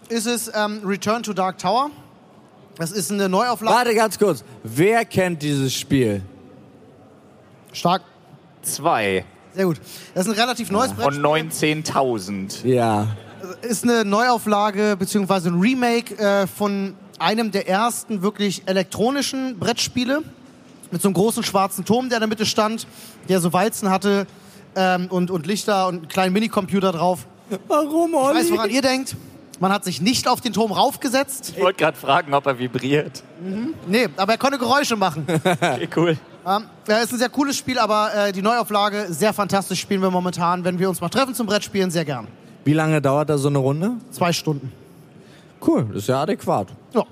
A: ist es ähm, Return to Dark Tower. Das ist eine Neuauflage.
B: Warte ganz kurz. Wer kennt dieses Spiel?
A: Stark.
C: Zwei
A: Sehr gut. Das ist ein relativ neues Brett.
C: Oh, von 19.000.
B: Ja.
A: ist eine Neuauflage beziehungsweise ein Remake äh, von einem der ersten wirklich elektronischen Brettspiele mit so einem großen schwarzen Turm, der in der Mitte stand, der so Walzen hatte ähm, und, und Lichter und einen kleinen Minicomputer drauf.
B: Warum,
A: Ich weiß,
B: Olli?
A: woran ihr denkt. Man hat sich nicht auf den Turm raufgesetzt.
C: Ich wollte gerade fragen, ob er vibriert.
A: Nee, aber er konnte Geräusche machen.
C: Okay, cool.
A: Ähm, ja, ist ein sehr cooles Spiel, aber äh, die Neuauflage, sehr fantastisch, spielen wir momentan. Wenn wir uns mal treffen zum Brettspielen, sehr gern.
B: Wie lange dauert da so eine Runde?
A: Zwei Stunden.
B: Cool, das ist ja adäquat.
A: Ja.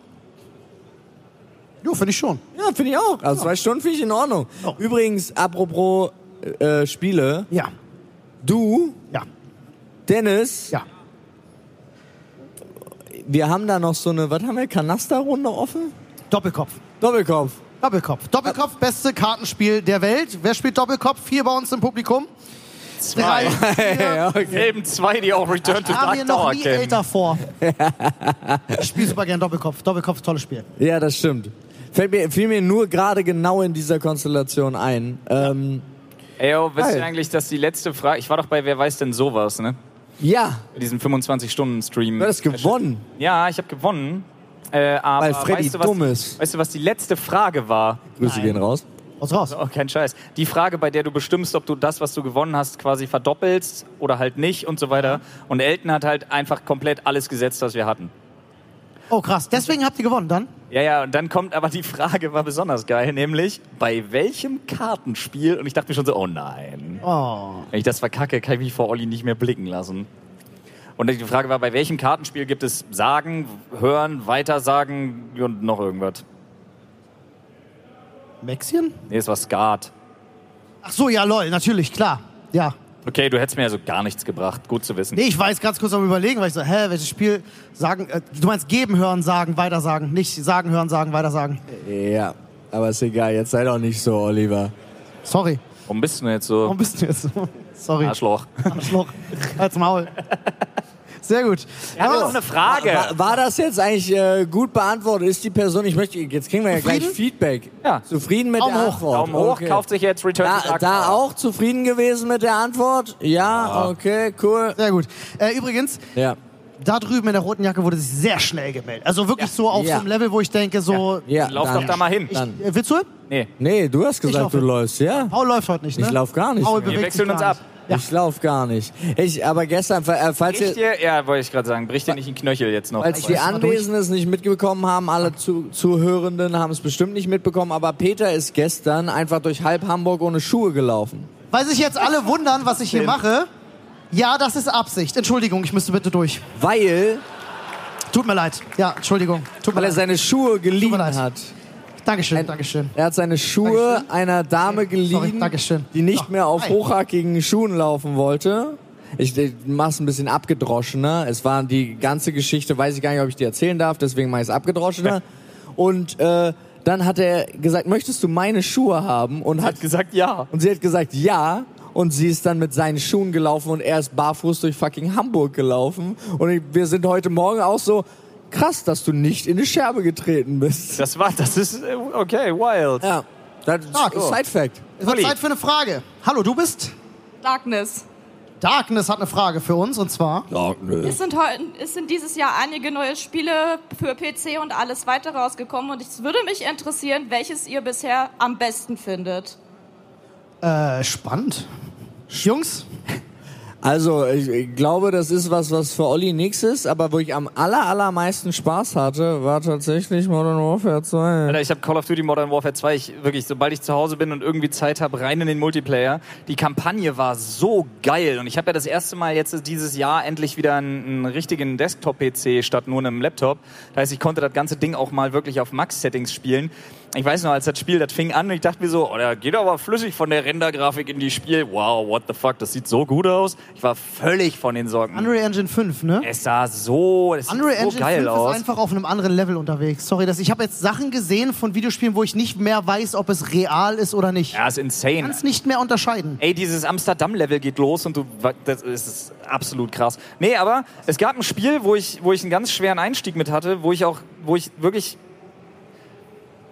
A: Jo, finde ich schon.
B: Ja, finde ich auch. Also zwei Stunden finde ich in Ordnung. Übrigens, apropos äh, spiele.
A: Ja,
B: Du,
A: ja,
B: Dennis,
A: ja.
B: wir haben da noch so eine, was haben wir, Kanasterrunde offen?
A: Doppelkopf.
B: Doppelkopf.
A: Doppelkopf. Doppelkopf, beste Kartenspiel der Welt. Wer spielt Doppelkopf? Vier bei uns im Publikum. Drei.
B: Ja, okay.
C: Eben zwei, die auch Return to
A: Haben wir
C: Dark
A: noch
C: Tower
A: nie
C: kennen.
A: älter vor. Ich spiele super gern Doppelkopf. Doppelkopf, tolles Spiel.
B: ja das stimmt. Fällt mir, fiel mir nur gerade genau in dieser Konstellation ein. Ähm,
C: Ey, yo, wisst
B: Geil.
C: ihr eigentlich, dass die letzte Frage... Ich war doch bei Wer weiß denn sowas, ne?
B: ja,
C: Bei diesem 25-Stunden-Stream.
B: du hattest gewonnen.
C: Ja, ich habe gewonnen. Äh, aber
B: Weil Freddy
C: weißt du, was,
B: dumm ist.
C: Weißt du, was die letzte Frage war?
B: Grüße gehen raus.
A: Was raus?
C: Oh, kein Scheiß. Die Frage, bei der du bestimmst, ob du das, was du gewonnen hast, quasi verdoppelst oder halt nicht und so weiter. Und Elton hat halt einfach komplett alles gesetzt, was wir hatten.
A: Oh, krass. Deswegen habt ihr gewonnen dann?
C: Ja, ja, und dann kommt aber die Frage, war besonders geil, nämlich bei welchem Kartenspiel? Und ich dachte mir schon so, oh nein.
A: Oh.
C: Wenn ich das verkacke, kann ich mich vor Olli nicht mehr blicken lassen. Und die Frage war, bei welchem Kartenspiel gibt es Sagen, Hören, Weitersagen und noch irgendwas?
A: Mexien?
C: Nee, es war Skat.
A: Ach so, ja, lol. Natürlich, klar. Ja.
C: Okay, du hättest mir also gar nichts gebracht. Gut zu wissen.
A: Nee, ich weiß ganz kurz am Überlegen, weil ich so, hä, welches Spiel sagen, äh, du meinst geben, hören, sagen, weitersagen. Nicht sagen, hören, sagen, weitersagen.
B: Ja, aber ist egal, jetzt sei doch nicht so, Oliver.
A: Sorry.
C: Warum bist du denn jetzt so
A: Warum bist du jetzt so? Sorry.
C: Arschloch?
A: Arschloch. Halt's Maul. Sehr gut.
C: Wir haben noch eine Frage.
B: War, war das jetzt eigentlich äh, gut beantwortet? Ist die Person, ich möchte, jetzt kriegen wir ja gleich
A: Zufrieden?
B: Feedback.
C: Ja.
B: Zufrieden mit
A: Daumen
B: der
A: hoch.
B: Antwort.
C: Daumen hoch,
B: Okay.
C: kauft sich jetzt Return to
B: da,
C: Dark
B: da
C: Tower.
B: auch zufrieden gewesen mit der Antwort? Ja, okay, cool.
A: Sehr gut. Äh, übrigens,
B: Ja.
A: da drüben in der roten Jacke wurde sich sehr schnell gemeldet. Also wirklich so auf
B: Ja.
A: so einem Level, wo ich denke, so.
B: ja
C: Lauf
B: dann,
C: doch da mal hin.
A: Ich,
B: Dann.
A: äh, willst du?
C: Nee,
B: Nee, du hast
A: Ich
B: gesagt,
A: laufe.
B: du läufst, ja.
A: Paul läuft heute nicht, ne?
B: Ich lauf gar nicht.
A: Paul
B: Wir
A: bewegt
C: wir
A: sich
C: wechseln
A: gar
C: uns ab.
A: nicht.
B: Ich lauf gar nicht. Ich, aber gestern, äh, falls
C: Brich
B: ihr,
C: dir, ja, wollte ich gerade sagen, brich dir nicht einen Knöchel jetzt noch.
B: falls die Anwesenden es nicht mitbekommen haben,
A: Ah.
B: alle zu, Zuhörenden haben es bestimmt nicht mitbekommen, aber Peter ist gestern einfach durch halb Hamburg ohne Schuhe gelaufen.
A: Weil sich jetzt alle wundern, was ich hier mache. Ja, das ist Absicht. Entschuldigung, ich müsste bitte durch.
B: Weil,
A: Tut mir leid. Ja, Entschuldigung. Tut mir
B: weil er
A: leid.
B: seine Schuhe geliehen
A: leid.
B: hat.
A: Dankeschön, Dankeschön.
B: Er hat seine Schuhe
A: Dankeschön.
B: einer Dame
A: Sorry,
B: geliehen,
A: Dankeschön.
B: die nicht
A: Ja,
B: mehr auf
A: hi.
B: hochhackigen Schuhen laufen wollte. Ich, ich mach's ein bisschen abgedroschener. Es war die ganze Geschichte, weiß ich gar nicht, ob ich die erzählen darf, deswegen mach ich's abgedroschener. Und äh, dann hat er gesagt, möchtest du meine Schuhe haben? Und hat,
C: gesagt, ja.
B: und sie hat gesagt, ja. Und sie ist dann mit seinen Schuhen gelaufen und er ist barfuß durch fucking Hamburg gelaufen. Und ich, wir sind heute Morgen auch so, krass, dass du nicht in die Scherbe getreten bist.
C: Das war, das ist, äh, okay, wild.
B: Ja, das ist
A: Stark.
B: ein Side-Fact.
A: Es wird
C: Olli.
A: Zeit für eine Frage. Hallo, du bist?
F: Darkness.
A: Darkness hat eine Frage für uns und zwar.
F: Es sind, heu- es sind dieses Jahr einige neue Spiele für PC und alles weitere rausgekommen und es würde mich interessieren, welches ihr bisher am besten findet.
A: Äh, spannend. Jungs,
B: Also, ich, ich glaube, das ist was, was für Olli nix ist, aber wo ich am aller, allermeisten Spaß hatte, war tatsächlich Modern Warfare 2.
C: Alter, ich habe Call of Duty Modern Warfare 2, ich, wirklich, sobald ich zu Hause bin und irgendwie Zeit habe, rein in den Multiplayer. Die Kampagne war so geil und ich habe ja das erste Mal jetzt dieses Jahr endlich wieder einen, einen richtigen Desktop-PC statt nur einem Laptop. Das heißt, ich konnte das ganze Ding auch mal wirklich auf Max-Settings spielen. Ich weiß noch, als das Spiel, das fing an und ich dachte mir so, oh, da geht aber flüssig von der Rendergrafik in die Spiel. Wow, what the fuck, das sieht so gut aus. Ich war völlig von den Sorgen.
A: Unreal Engine 5, ne?
C: Es sah so, es sieht so
A: Unreal Engine
C: geil
A: 5
C: aus.
A: ist einfach auf einem anderen Level unterwegs. Sorry, dass ich habe jetzt Sachen gesehen von Videospielen, wo ich nicht mehr weiß, ob es real ist oder nicht.
C: ja, ist insane.
A: Kannst nicht mehr unterscheiden.
C: Ey, dieses Amsterdam-Level geht los und du, das ist ist absolut krass. Nee, aber es gab ein Spiel, wo ich, wo ich einen ganz schweren Einstieg mit hatte, wo ich auch, wo ich wirklich,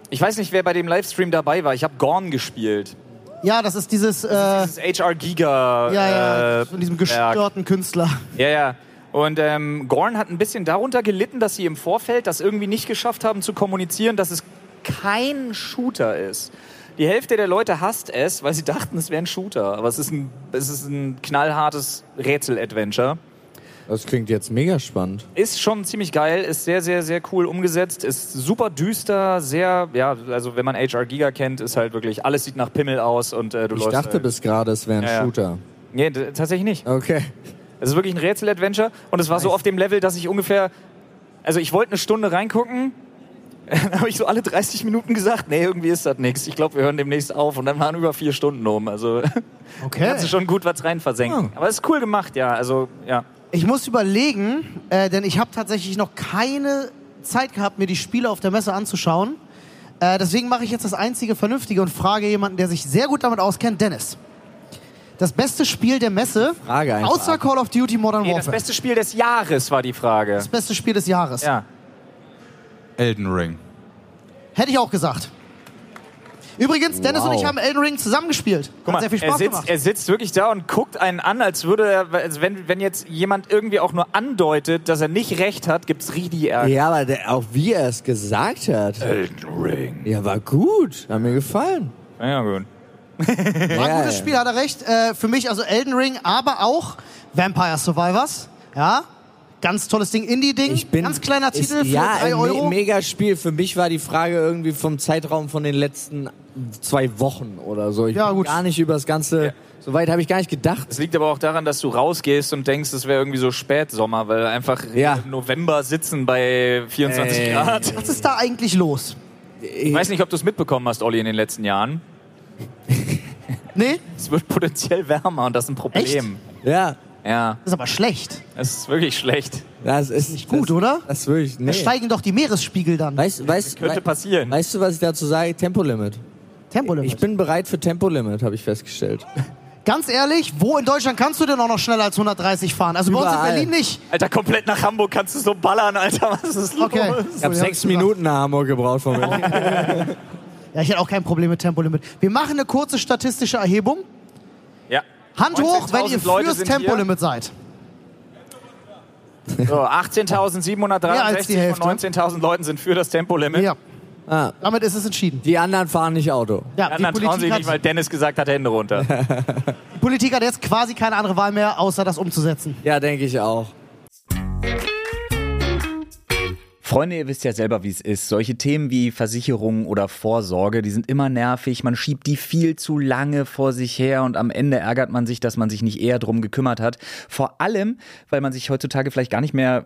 C: ich weiß nicht, wer bei dem Livestream dabei war. Ich habe Gorn gespielt.
A: Ja, das ist dieses äh,
C: Dieses HR Giga.
A: ja, ja,
C: äh,
A: von
C: Werk.
A: diesem gestörten Künstler.
C: Ja, ja. Und ähm, Gorn hat ein bisschen darunter gelitten, dass sie im Vorfeld das irgendwie nicht geschafft haben zu kommunizieren, dass es kein Shooter ist. Die Hälfte der Leute hasst es, weil sie dachten, es wäre ein Shooter. Aber es ist ein, es ist ein knallhartes Rätsel-Adventure.
B: Das klingt jetzt mega spannend.
C: Ist schon ziemlich geil, ist sehr, sehr, sehr cool umgesetzt, ist super düster, sehr, ja, also wenn man HR Giga kennt, ist halt wirklich, alles sieht nach Pimmel aus und äh, du
B: Ich
C: läufst.
B: dachte
C: halt.
B: bis gerade, es wäre ein
C: Ja, ja.
B: Shooter.
C: Nee, d- tatsächlich nicht.
B: Okay.
C: Es ist wirklich ein Rätsel-Adventure und es war so auf dem Level, dass ich ungefähr, also ich wollte eine Stunde reingucken
H: Dann habe ich so alle 30 Minuten gesagt, nee, irgendwie ist das nichts. Ich glaube, wir hören demnächst auf. Und dann waren über vier Stunden um. Also
A: Okay.
H: kannst du schon gut was rein
A: Oh.
H: versenken. Aber es ist cool gemacht, ja. Also, ja.
A: Ich muss überlegen, äh, denn ich habe tatsächlich noch keine Zeit gehabt, mir die Spiele auf der Messe anzuschauen. Äh, deswegen mache ich jetzt das einzige Vernünftige und frage jemanden, der sich sehr gut damit auskennt, Dennis. Das beste Spiel der Messe,
B: Frage einfach
A: außer
B: ab.
A: Call of Duty Modern
H: Nee, das
A: Warfare.
H: beste Spiel des Jahres war die Frage.
A: das beste Spiel des Jahres.
H: Ja.
I: Elden Ring.
A: Hätte ich auch gesagt. Übrigens, Dennis
B: Wow.
A: und ich haben Elden Ring zusammengespielt.
H: Guck mal,
A: Hat sehr viel
H: er,
A: Spaß
H: sitzt,
A: gemacht.
H: er sitzt wirklich da und guckt einen an, als würde er, als wenn, wenn jetzt jemand irgendwie auch nur andeutet, dass er nicht recht hat, gibt's richtig Ärger.
B: Ja, aber der, auch wie er es gesagt hat.
I: Elden Ring.
B: Ja, war gut. Hat mir gefallen.
H: Ja, ja, gut.
A: War ein
B: Ja,
A: gutes
B: ja.
A: Spiel, hat er recht. Äh, für mich also Elden Ring, aber auch Vampire Survivors. Ja, ganz tolles Ding, Indie-Ding.
B: Ich bin,
A: ganz kleiner
B: ist-
A: Titel für
B: ja,
A: drei
B: ein
A: Euro.
B: Me mega Spiel. Für mich war die Frage irgendwie vom Zeitraum von den letzten zwei Wochen oder so. Ich
A: Ja,
B: bin
A: gut.
B: gar nicht über das Ganze. So weit habe ich gar nicht gedacht.
H: Es liegt aber auch daran, dass du rausgehst und denkst, es wäre irgendwie so Spätsommer, weil einfach
B: Ja.
H: im November sitzen bei 24
B: Ey.
H: Grad.
A: Was ist da eigentlich los?
H: Ich weiß nicht, ob du es mitbekommen hast, Olli, in den letzten Jahren.
A: Nee,
H: Es wird potenziell wärmer und das ist ein Problem.
B: Ja,
H: Ja,
A: das ist aber schlecht.
H: es ist wirklich schlecht.
B: das ist
A: Nicht gut,
B: das,
A: oder?
B: Das würde ich
A: Da
B: nicht.
A: steigen doch die Meeresspiegel dann.
B: Weißt, weißt,
H: Könnte
B: wei-
H: passieren.
B: Weißt du, was ich dazu sage? Tempolimit.
A: Tempolimit.
B: Ich bin bereit für Tempolimit, habe ich festgestellt.
A: ganz ehrlich, wo in Deutschland kannst du denn auch noch schneller als 130 fahren? Also bei uns in
B: Überall.
A: Berlin nicht.
H: Alter, komplett nach Hamburg kannst du so ballern, Alter. Was ist los?
A: Okay.
B: Ich habe sechs Minuten nach Hamburg gebraucht von mir.
A: Ja, ich hätte auch kein Problem mit Tempolimit. Wir machen eine kurze statistische Erhebung.
H: Ja.
A: Hand hoch, wenn ihr
H: 19.000 Leute
A: fürs
H: sind hier.
A: Tempolimit seid.
H: So, 18.763
A: Hälfte.
H: von 19.000 Leuten sind für das Tempolimit.
A: Ja.
B: Ah.
A: Damit ist es entschieden.
B: Die anderen fahren nicht Auto.
A: Ja,
H: Die anderen trauen sich nicht, weil Dennis gesagt hat, Hände runter.
A: Politik hat jetzt quasi keine andere Wahl mehr, außer das umzusetzen.
B: Ja, denke ich auch.
C: Freunde, ihr wisst ja selber, wie es ist. Solche Themen wie Versicherung oder Vorsorge, die sind immer nervig. Man schiebt die viel zu lange vor sich her und am Ende ärgert man sich, dass man sich nicht eher drum gekümmert hat. Vor allem, weil man sich heutzutage vielleicht gar nicht mehr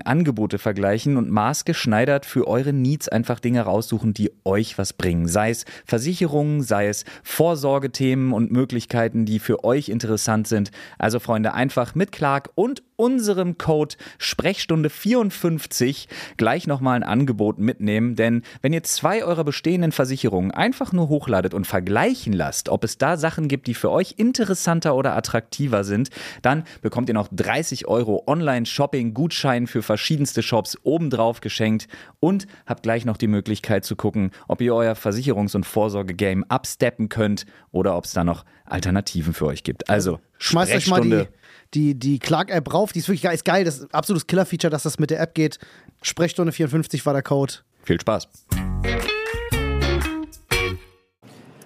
C: Angebote vergleichen und maßgeschneidert für eure Needs einfach Dinge raussuchen, die euch was bringen. Sei es Versicherungen, sei es Vorsorgethemen und Möglichkeiten, die für euch interessant sind. Also Freunde, einfach mit Clark und unserem Code Sprechstunde 54 gleich nochmal ein Angebot mitnehmen, denn wenn ihr zwei eurer bestehenden Versicherungen einfach nur hochladet und vergleichen lasst, ob es da Sachen gibt, die für euch interessanter oder attraktiver sind, dann bekommt ihr noch 30 Euro Online-Shopping-Gutschein für verschiedenste Shops obendrauf geschenkt und habt gleich noch die Möglichkeit zu gucken, ob ihr euer Versicherungs- und Vorsorge-Game absteppen könnt oder ob es da noch Alternativen für euch gibt. Also,
E: Schmeißt euch mal die,
C: Sprechstunde
E: die, die Clark-App rauf. Die ist wirklich geil. Ist geil. Das ist ein absolutes Killer-Feature, dass das mit der App geht. Sprechstunde 54 war der Code.
C: Viel Spaß.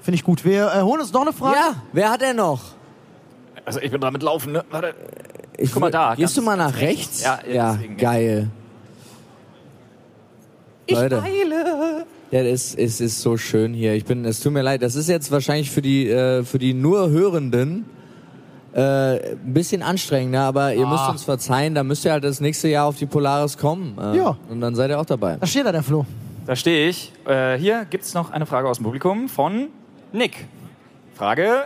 A: Finde ich gut. Wir äh, holen uns noch eine Frage.
B: Ja, wer hat er noch?
H: Also ich bin dran mit Laufen, ne? Warte.
B: Ich
H: Guck mal
B: will-
H: da, ganz-
B: Gehst du mal nach rechts?
H: Ja, ja,
B: ja
H: deswegen, ja.
B: geil. Ich Leute. Ja, es ist, es ist so schön hier. Ich bin, es tut mir leid. Das ist jetzt wahrscheinlich für die, äh, für die nur Hörenden äh, ein bisschen anstrengender, aber ihr
H: Ah.
B: müsst uns verzeihen. Da müsst ihr halt das nächste Jahr auf die Polaris kommen. Äh,
A: Ja.
B: Und dann seid ihr auch dabei.
A: Da steht er, der Flo.
H: Da stehe ich. Äh, hier gibt es noch eine Frage aus dem Publikum von
J: Nick,
H: Frage.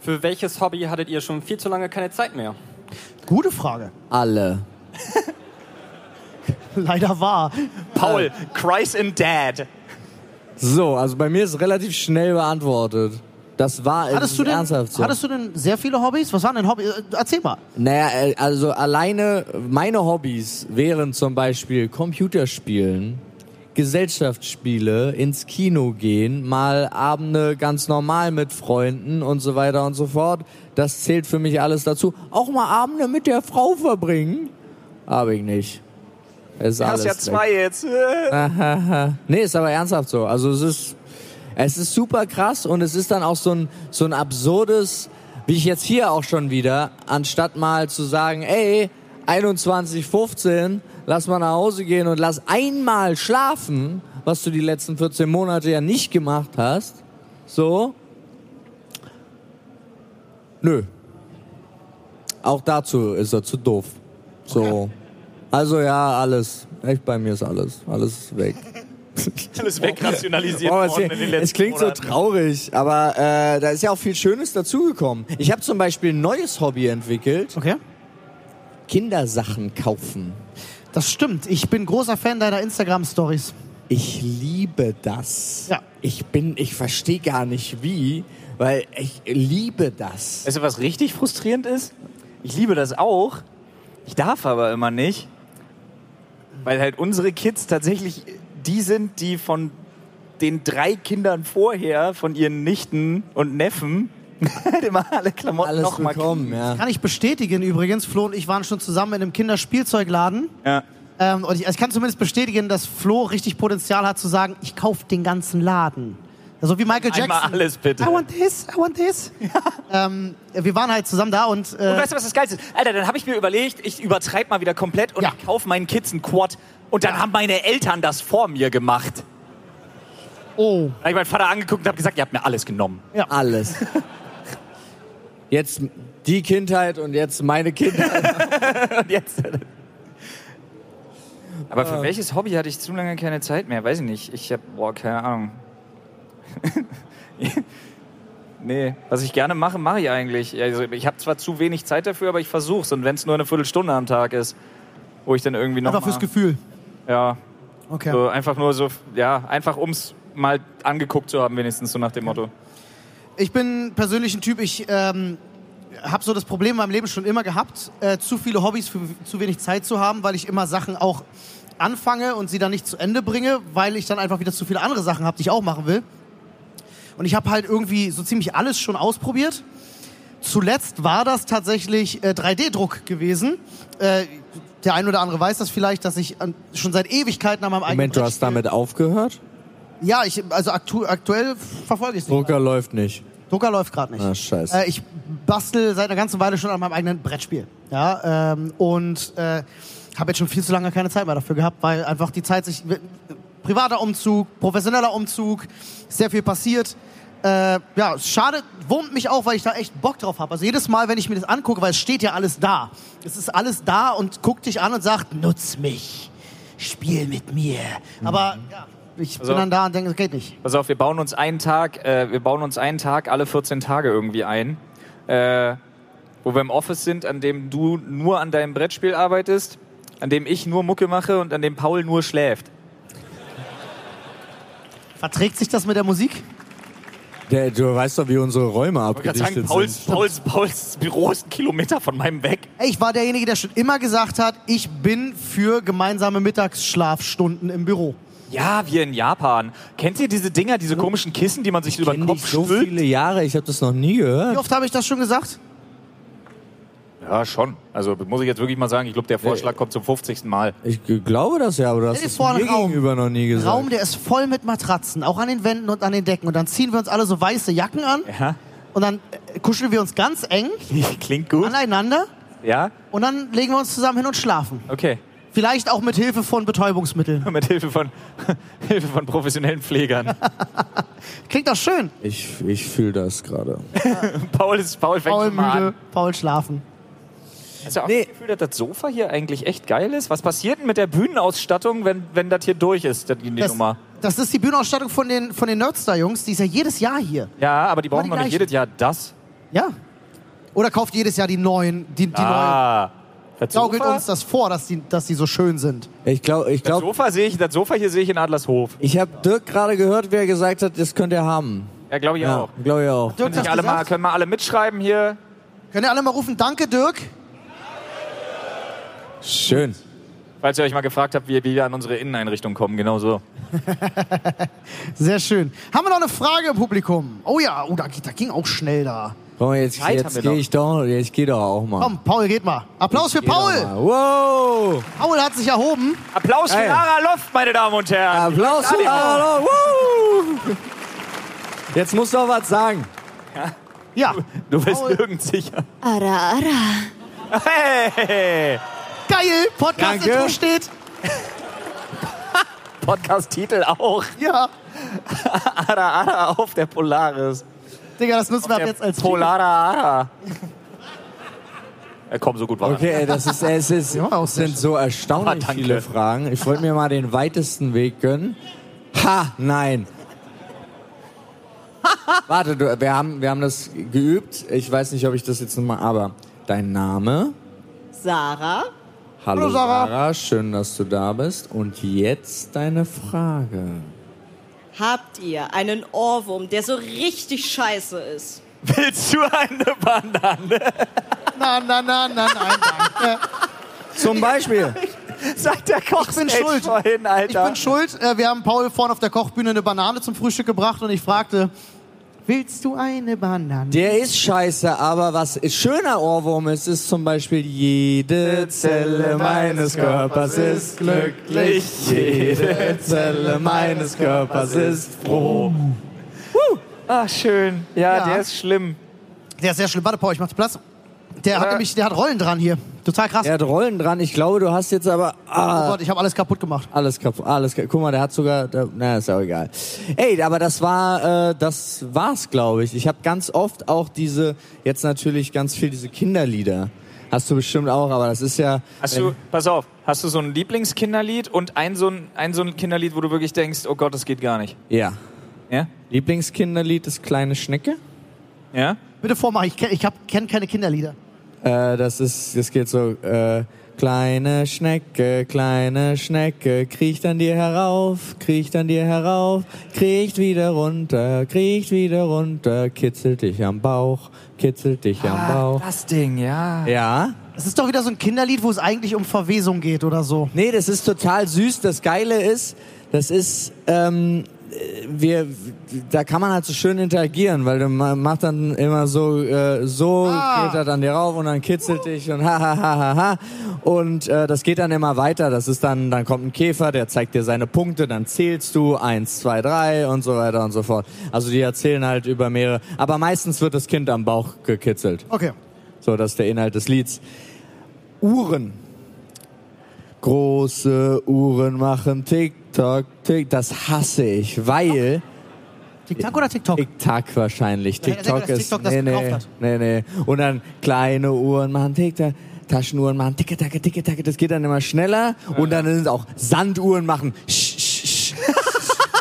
J: für welches Hobby hattet ihr schon viel zu lange keine Zeit mehr?
A: Gute Frage.
B: Alle.
A: Leider wahr.
H: Paul, Christ and Dad.
B: So, also bei mir ist relativ schnell beantwortet. Das war es
A: Hattest
B: ist
A: du, denn,
B: ernsthaft so.
A: hattest du denn sehr viele Hobbys? Was waren denn Hobbys? Äh, Erzähl mal.
B: Naja, äh, also alleine meine Hobbys wären zum Beispiel Computerspielen, Gesellschaftsspiele, ins Kino gehen, mal Abende ganz normal mit Freunden und so weiter und so fort. Das zählt für mich alles dazu. Auch mal Abende mit der Frau verbringen. Hab ich nicht. ist
C: Du
B: alles
C: hast ja
B: weg.
C: zwei jetzt.
B: Nee, ist aber ernsthaft so. Also es ist, es ist super krass und es ist dann auch so ein, so ein absurdes, wie ich jetzt hier auch schon wieder, anstatt mal zu sagen, ey, 21.15, lass mal nach Hause gehen und lass einmal schlafen, was du die letzten 14 Monate ja nicht gemacht hast. So. Nö. Auch dazu ist er zu doof. So. Also ja, alles. Echt bei mir ist alles. Alles ist weg.
C: Alles wegrationalisiert
B: Oh, es,
C: worden in den letzten
B: es klingt so
C: Monaten.
B: traurig, aber äh, da ist ja auch viel Schönes dazugekommen. Ich habe zum Beispiel ein neues Hobby entwickelt:
A: Okay?
B: Kindersachen kaufen.
A: Das stimmt. Ich bin großer Fan deiner Instagram-Stories.
B: Ich liebe das.
A: Ja.
B: Ich bin, ich verstehe gar nicht wie, weil ich liebe das.
C: Weißt du, was richtig frustrierend ist? Ich liebe das auch. Ich darf aber immer nicht. Weil halt unsere Kids tatsächlich die sind, die von den drei Kindern vorher, von ihren Nichten und Neffen, halt immer alle Klamotten
B: Alles
C: nochmal
B: bekommen, ja.
A: Kann ich bestätigen übrigens. Flo und ich waren schon zusammen in einem Kinderspielzeugladen.
C: Ja.
A: Ähm, und ich, ich kann zumindest bestätigen, dass Flo richtig Potenzial hat zu sagen, ich kaufe den ganzen Laden. So wie Michael Jackson.
C: Einmal alles bitte.
A: I want this, I want this. Ähm, wir waren halt zusammen da und, äh,
C: Und weißt du, was das Geilste ist? Alter, dann habe ich mir überlegt, ich übertreibe mal wieder komplett und
A: Ja.
C: ich kaufe meinen Kids einen Quad. Und dann haben meine Eltern das vor mir gemacht.
A: oh,
C: Da habe ich meinen Vater angeguckt und habe gesagt, ihr habt mir alles genommen.
B: Alles. Jetzt die Kindheit und jetzt meine Kindheit.
C: Und jetzt. Aber
A: Ähm.
C: für welches Hobby hatte ich zu lange keine Zeit mehr? Weiß ich nicht. Ich habe, boah, keine Ahnung. nee, was ich gerne mache, mache ich eigentlich. Also ich habe zwar zu wenig Zeit dafür, aber ich versuch's. Und wenn es nur eine Viertelstunde am Tag ist, wo ich dann irgendwie noch
A: einfach
C: mal,
A: fürs Gefühl.
C: ja,
A: Okay.
C: so einfach nur so, ja, einfach um's mal angeguckt zu haben, wenigstens so nach dem Motto.
A: Ich bin persönlich ein Typ, ich ähm, habe so das Problem in meinem Leben schon immer gehabt, äh, zu viele Hobbys für zu wenig Zeit zu haben, weil ich immer Sachen auch anfange und sie dann nicht zu Ende bringe, weil ich dann einfach wieder zu viele andere Sachen habe, die ich auch machen will. Und ich habe halt irgendwie so ziemlich alles schon ausprobiert. Zuletzt war das tatsächlich äh, 3D-Druck gewesen. Äh, der ein oder andere weiß das vielleicht, dass ich an, schon seit Ewigkeiten an meinem eigenen
B: Moment, du hast
A: Brettspiel-
B: damit aufgehört?
A: Ja, ich, also aktu aktuell verfolge ich es nicht.
B: Drucker läuft nicht.
A: Drucker läuft gerade nicht.
B: Ah, scheiße.
A: Äh, ich bastel seit einer ganzen Weile schon an meinem eigenen Brettspiel. Ja, ähm, und äh, habe jetzt schon viel zu lange keine Zeit mehr dafür gehabt, weil einfach die Zeit sich. Privater Umzug, professioneller Umzug, sehr viel passiert. Äh, ja, es schade, wurmt mich auch, weil ich da echt Bock drauf habe. Also jedes Mal, wenn ich mir das angucke, weil es steht ja alles da. Es ist alles da und guckt dich an und sagt, nutz mich, spiel mit mir. Aber
B: Mhm.
A: ja, ich
C: Also-
A: bin dann da und denke, das geht nicht.
C: Pass auf, wir bauen uns einen Tag, äh, wir bauen uns einen Tag alle 14 Tage irgendwie ein, äh, wo wir im Office sind, an dem du nur an deinem Brettspiel arbeitest, an dem ich nur Mucke mache und an dem Paul nur schläft.
A: Verträgt sich das mit der Musik?
B: Der, du weißt doch, wie unsere Räume
C: Ich wollte gerade sagen,
B: abgedichtet
C: Pauls,
B: sind.
C: Pauls, Pauls Büro ist ein Kilometer von meinem weg.
A: Ey, Ich war derjenige, der schon immer gesagt hat, ich bin für gemeinsame Mittagsschlafstunden im Büro.
C: Ja, wir in Japan. Kennt ihr diese Dinger, diese komischen Kissen, die man sich über den
B: Kenn
C: Kopf
B: ich so
C: stülpt?
B: viele Jahre, ich habe das noch nie gehört.
A: Wie oft habe ich das schon gesagt?
C: Ja, schon. Also muss ich jetzt wirklich mal sagen, ich glaube, der Vorschlag kommt zum 50. Mal.
B: Ich g- glaube das ja, aber du hast
A: Stell dir
B: es
A: vor,
B: mir
A: einen Raum.
B: gegenüber noch nie gesagt.
A: Raum, der ist voll mit Matratzen, auch an den Wänden und an den Decken. Und dann ziehen wir uns alle so weiße Jacken an
C: Ja,
A: und dann äh, kuscheln wir uns ganz eng
C: klingt gut.
A: aneinander
C: Ja,
A: und dann legen wir uns zusammen hin und schlafen.
C: okay.
A: Vielleicht auch mit Hilfe von Betäubungsmitteln.
C: Mit Hilfe von, Hilfe von professionellen Pflegern.
A: Klingt doch schön.
B: Ich, ich fühle das gerade.
C: Paul ist Paul fängt
A: Paul
C: schon mal
A: müde,
C: an.
A: Paul schlafen.
C: Hast du auch das Gefühl, dass das Sofa hier eigentlich echt geil ist? Was passiert denn mit der Bühnenausstattung, wenn, wenn das hier durch ist, das- die
A: Das,
C: Nummer?
A: das ist die Bühnenausstattung von den, von den Nerdstar-Jungs. Die ist ja jedes Jahr hier.
C: Ja, aber die brauchen
A: die
C: doch nicht
A: gleichen.
C: jedes Jahr das.
A: Ja. Oder kauft jedes Jahr die neuen, die, die neuen.
C: Ah, das
A: gaukelt
C: Sofa,
A: uns das vor, dass die, dass die so schön sind.
B: Ich glaube, ich
C: das
B: glaube,
C: Sofa sehe ich, das Sofa hier sehe ich in Adlershof.
B: ich habe Dirk gerade gehört, wer gesagt hat, das könnt ihr haben.
C: Ja, glaube ich
B: Ja,
C: auch.
B: glaube ich auch.
A: Dirk
C: Können, sich alle mal, können wir alle mitschreiben hier?
A: Könnt ihr alle mal rufen, danke Dirk?
B: Schön.
C: Falls ihr euch mal gefragt habt, wie, wie wir an unsere Inneneinrichtung kommen, genau so.
A: Sehr schön. Haben wir noch eine Frage im Publikum? Oh ja, oh, da, da ging auch schnell da.
B: Komm, jetzt,
C: Zeit haben
B: jetzt
C: wir
B: gehe
C: noch.
B: ich doch, jetzt geh doch auch mal.
A: Komm, Paul, geht mal. Applaus für
B: Geh doch
A: Paul.
B: mal. Wow!
A: Paul hat sich erhoben.
C: Applaus für
B: Ey.
C: Lara Loft, meine Damen und Herren.
B: Applaus für
C: Stadion.
B: Aaron. Woo! Jetzt musst du noch was sagen.
A: Ja,
C: Du bist
A: Paul.
C: nirgends sicher.
K: Ara, ara.
C: Hey!
A: geil. Podcast-Intro
B: Danke.
A: steht.
C: Podcast-Titel auch.
A: Ja.
C: Ada Ada auf der Polaris.
A: Digga, das nutzen wir ab
C: Der
A: jetzt als
C: Polada Ada. Er kommt Äh, so gut war. er.
B: Okay, das ist, es ist,
A: auch
B: es sind so erstaunlich
C: Ah, danke.
B: viele Fragen. Ich wollte mir mal den weitesten Weg gönnen. Ha, nein. Warte, du, wir, haben, wir haben das geübt. Ich weiß nicht, ob ich das jetzt nochmal, aber dein Name.
K: Sarah.
B: Hallo,
A: Hallo, Sarah.
B: Sarah. schön, dass du da bist. Und jetzt deine Frage.
K: Habt ihr einen Ohrwurm, der so richtig scheiße ist?
C: Willst du eine Banane?
A: Na, na, na, na, nein, danke.
B: Zum Beispiel.
C: Sagt der Koch
A: Ich bin
C: Stage
A: schuld.
C: vorhin,
A: Ich
C: Alter.
A: bin schuld. Äh, Wir haben Paul vorne auf der Kochbühne eine Banane zum Frühstück gebracht und ich fragte, willst du eine Banane?
B: Der ist scheiße, aber was ist schöner Ohrwurm ist, ist zum Beispiel jede Zelle meines Körpers ist glücklich. Jede Zelle meines Körpers ist froh.
C: Ah, schön. Ja,
A: Ja.
C: der ist schlimm.
A: Der ist sehr schlimm. Warte, Paul, ich mach dir Platz. Der hat
C: Äh.
A: nämlich, der hat Rollen dran hier. Total krass.
B: Er hat Rollen dran. Ich glaube, du hast jetzt aber
A: Oh
B: ah,
A: Gott, ich habe alles kaputt gemacht.
B: alles kaputt. Alles kaputt. Guck mal, der hat sogar. Der, na, ist ja auch egal. Ey, aber das war, äh, das war's, glaube ich. Ich habe ganz oft auch diese jetzt natürlich ganz viel diese Kinderlieder. Hast du bestimmt auch, aber das ist ja.
C: Hast du, pass auf, hast du so ein Lieblingskinderlied und ein so ein, ein so ein Kinderlied, wo du wirklich denkst, oh Gott, das geht gar nicht.
B: Ja.
C: Ja?
B: Lieblingskinderlied ist kleine Schnecke.
C: Ja?
A: Bitte vormach, ich, kenn- ich kenne keine Kinderlieder.
B: Äh, das ist, das geht so, äh, kleine Schnecke, kleine Schnecke, kriecht an dir herauf, kriecht an dir herauf, kriecht wieder runter, kriecht wieder runter, kitzelt dich am Bauch, kitzelt dich am Bauch.
C: Ah, Das Ding, ja.
B: Ja?
A: Es ist doch wieder so ein Kinderlied, wo es eigentlich um Verwesung geht oder so.
B: Nee, das ist total süß. Das Geile ist, das ist, ähm, wir, da kann man halt so schön interagieren, weil du ma- macht dann immer so, äh, so geht er dann dir rauf und dann kitzelt dich und ha ha ha ha ha und äh, das geht dann immer weiter. Das ist dann, dann kommt ein Käfer, der zeigt dir seine Punkte, dann zählst du eins, zwei, drei und so weiter und so fort. Also die erzählen halt über mehrere, aber meistens wird das Kind am Bauch gekitzelt.
A: Okay.
B: So, das ist der Inhalt des Lieds. Uhren. Große Uhren machen Tick-Tock, Tick. Das hasse ich, weil
A: TikTok oder TikTok?
B: Tick-Tack wahrscheinlich.
A: Ja, der
B: TikTok
A: denkt, dass
B: ist.
A: TikTok das
B: nee, nee,
A: gekauft hat.
B: nee, nee. Und dann kleine Uhren machen Tick-Tack. Taschenuhren machen Ticke-Tacke, Ticke-Tacke. Das geht dann immer schneller. Und dann sind auch Sanduhren machen. Sch, sch, sch.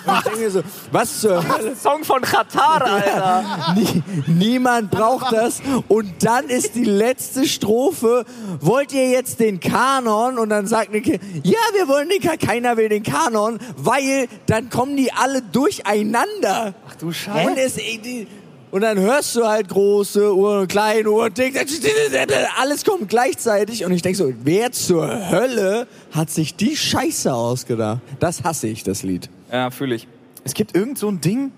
B: Und ich denke so, was zur Hölle?
C: Song von Katar, Alter.
B: Nie, niemand braucht das. Und dann ist die letzte Strophe. Wollt ihr jetzt den Kanon? Und dann sagt Nicke, ja, wir wollen den Kanon. Keiner will den Kanon, weil dann kommen die alle durcheinander. Ach du Scheiße. Und, es, äh, und dann hörst du halt große Uhren, kleine Uhren, Tick, Tack, Tick, Tack, Tack, alles kommt gleichzeitig. Und ich denke so, wer zur Hölle hat sich die Scheiße ausgedacht? Das hasse ich, das Lied.
C: Ja, fühle ich. Es gibt irgend so ein Ding.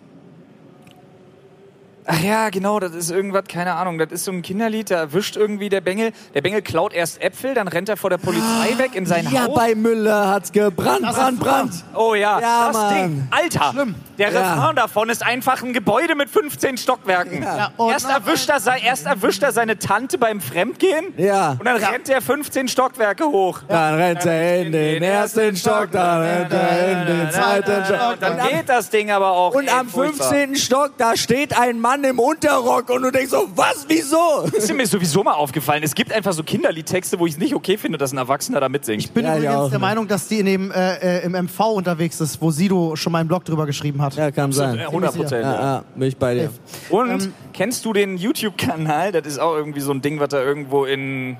C: Ach ja, genau, das ist irgendwas, keine Ahnung. Das ist so ein Kinderlied, da erwischt irgendwie der Bengel. Der Bengel klaut erst Äpfel, dann rennt er vor der Polizei weg in sein
B: ja,
C: Haus.
B: bei Müller hat's gebrannt, brannt, brannt.
C: Oh ja,
B: Ja,
C: das
B: Mann.
C: Ding. Alter, der
B: Ja.
C: Refrain davon ist einfach ein Gebäude mit 15 Stockwerken.
A: Ja, und-
C: erst, erwischt er, sei- erst erwischt er seine Tante beim Fremdgehen
B: Ja.
C: und dann rennt er 15 Stockwerke hoch.
B: Dann rennt er in den ersten Stock, dann rennt er in den zweiten Stock.
C: Und dann geht das Ding aber auch.
B: Und
C: ey,
B: am
C: furchtbar.
B: 15. Stock, da steht ein Mann im Unterrock und du denkst so, was, wieso?
C: Das ist mir sowieso mal aufgefallen. Es gibt einfach so Kinderliedtexte, wo ich es nicht okay finde, dass ein Erwachsener da mitsingt.
A: Ich bin
B: Ja, ich
A: übrigens
B: auch,
A: der
B: ne.
A: Meinung, dass die in dem, äh, äh, im MV unterwegs ist, wo Sido schon mal einen Blog drüber geschrieben hat.
B: Ja, kann sein.
C: Ja, 100 Prozent.
B: Ja, Ähm. ja, bin ich bei dir.
C: Und kennst du den YouTube-Kanal? Das ist auch irgendwie so ein Ding, was da irgendwo in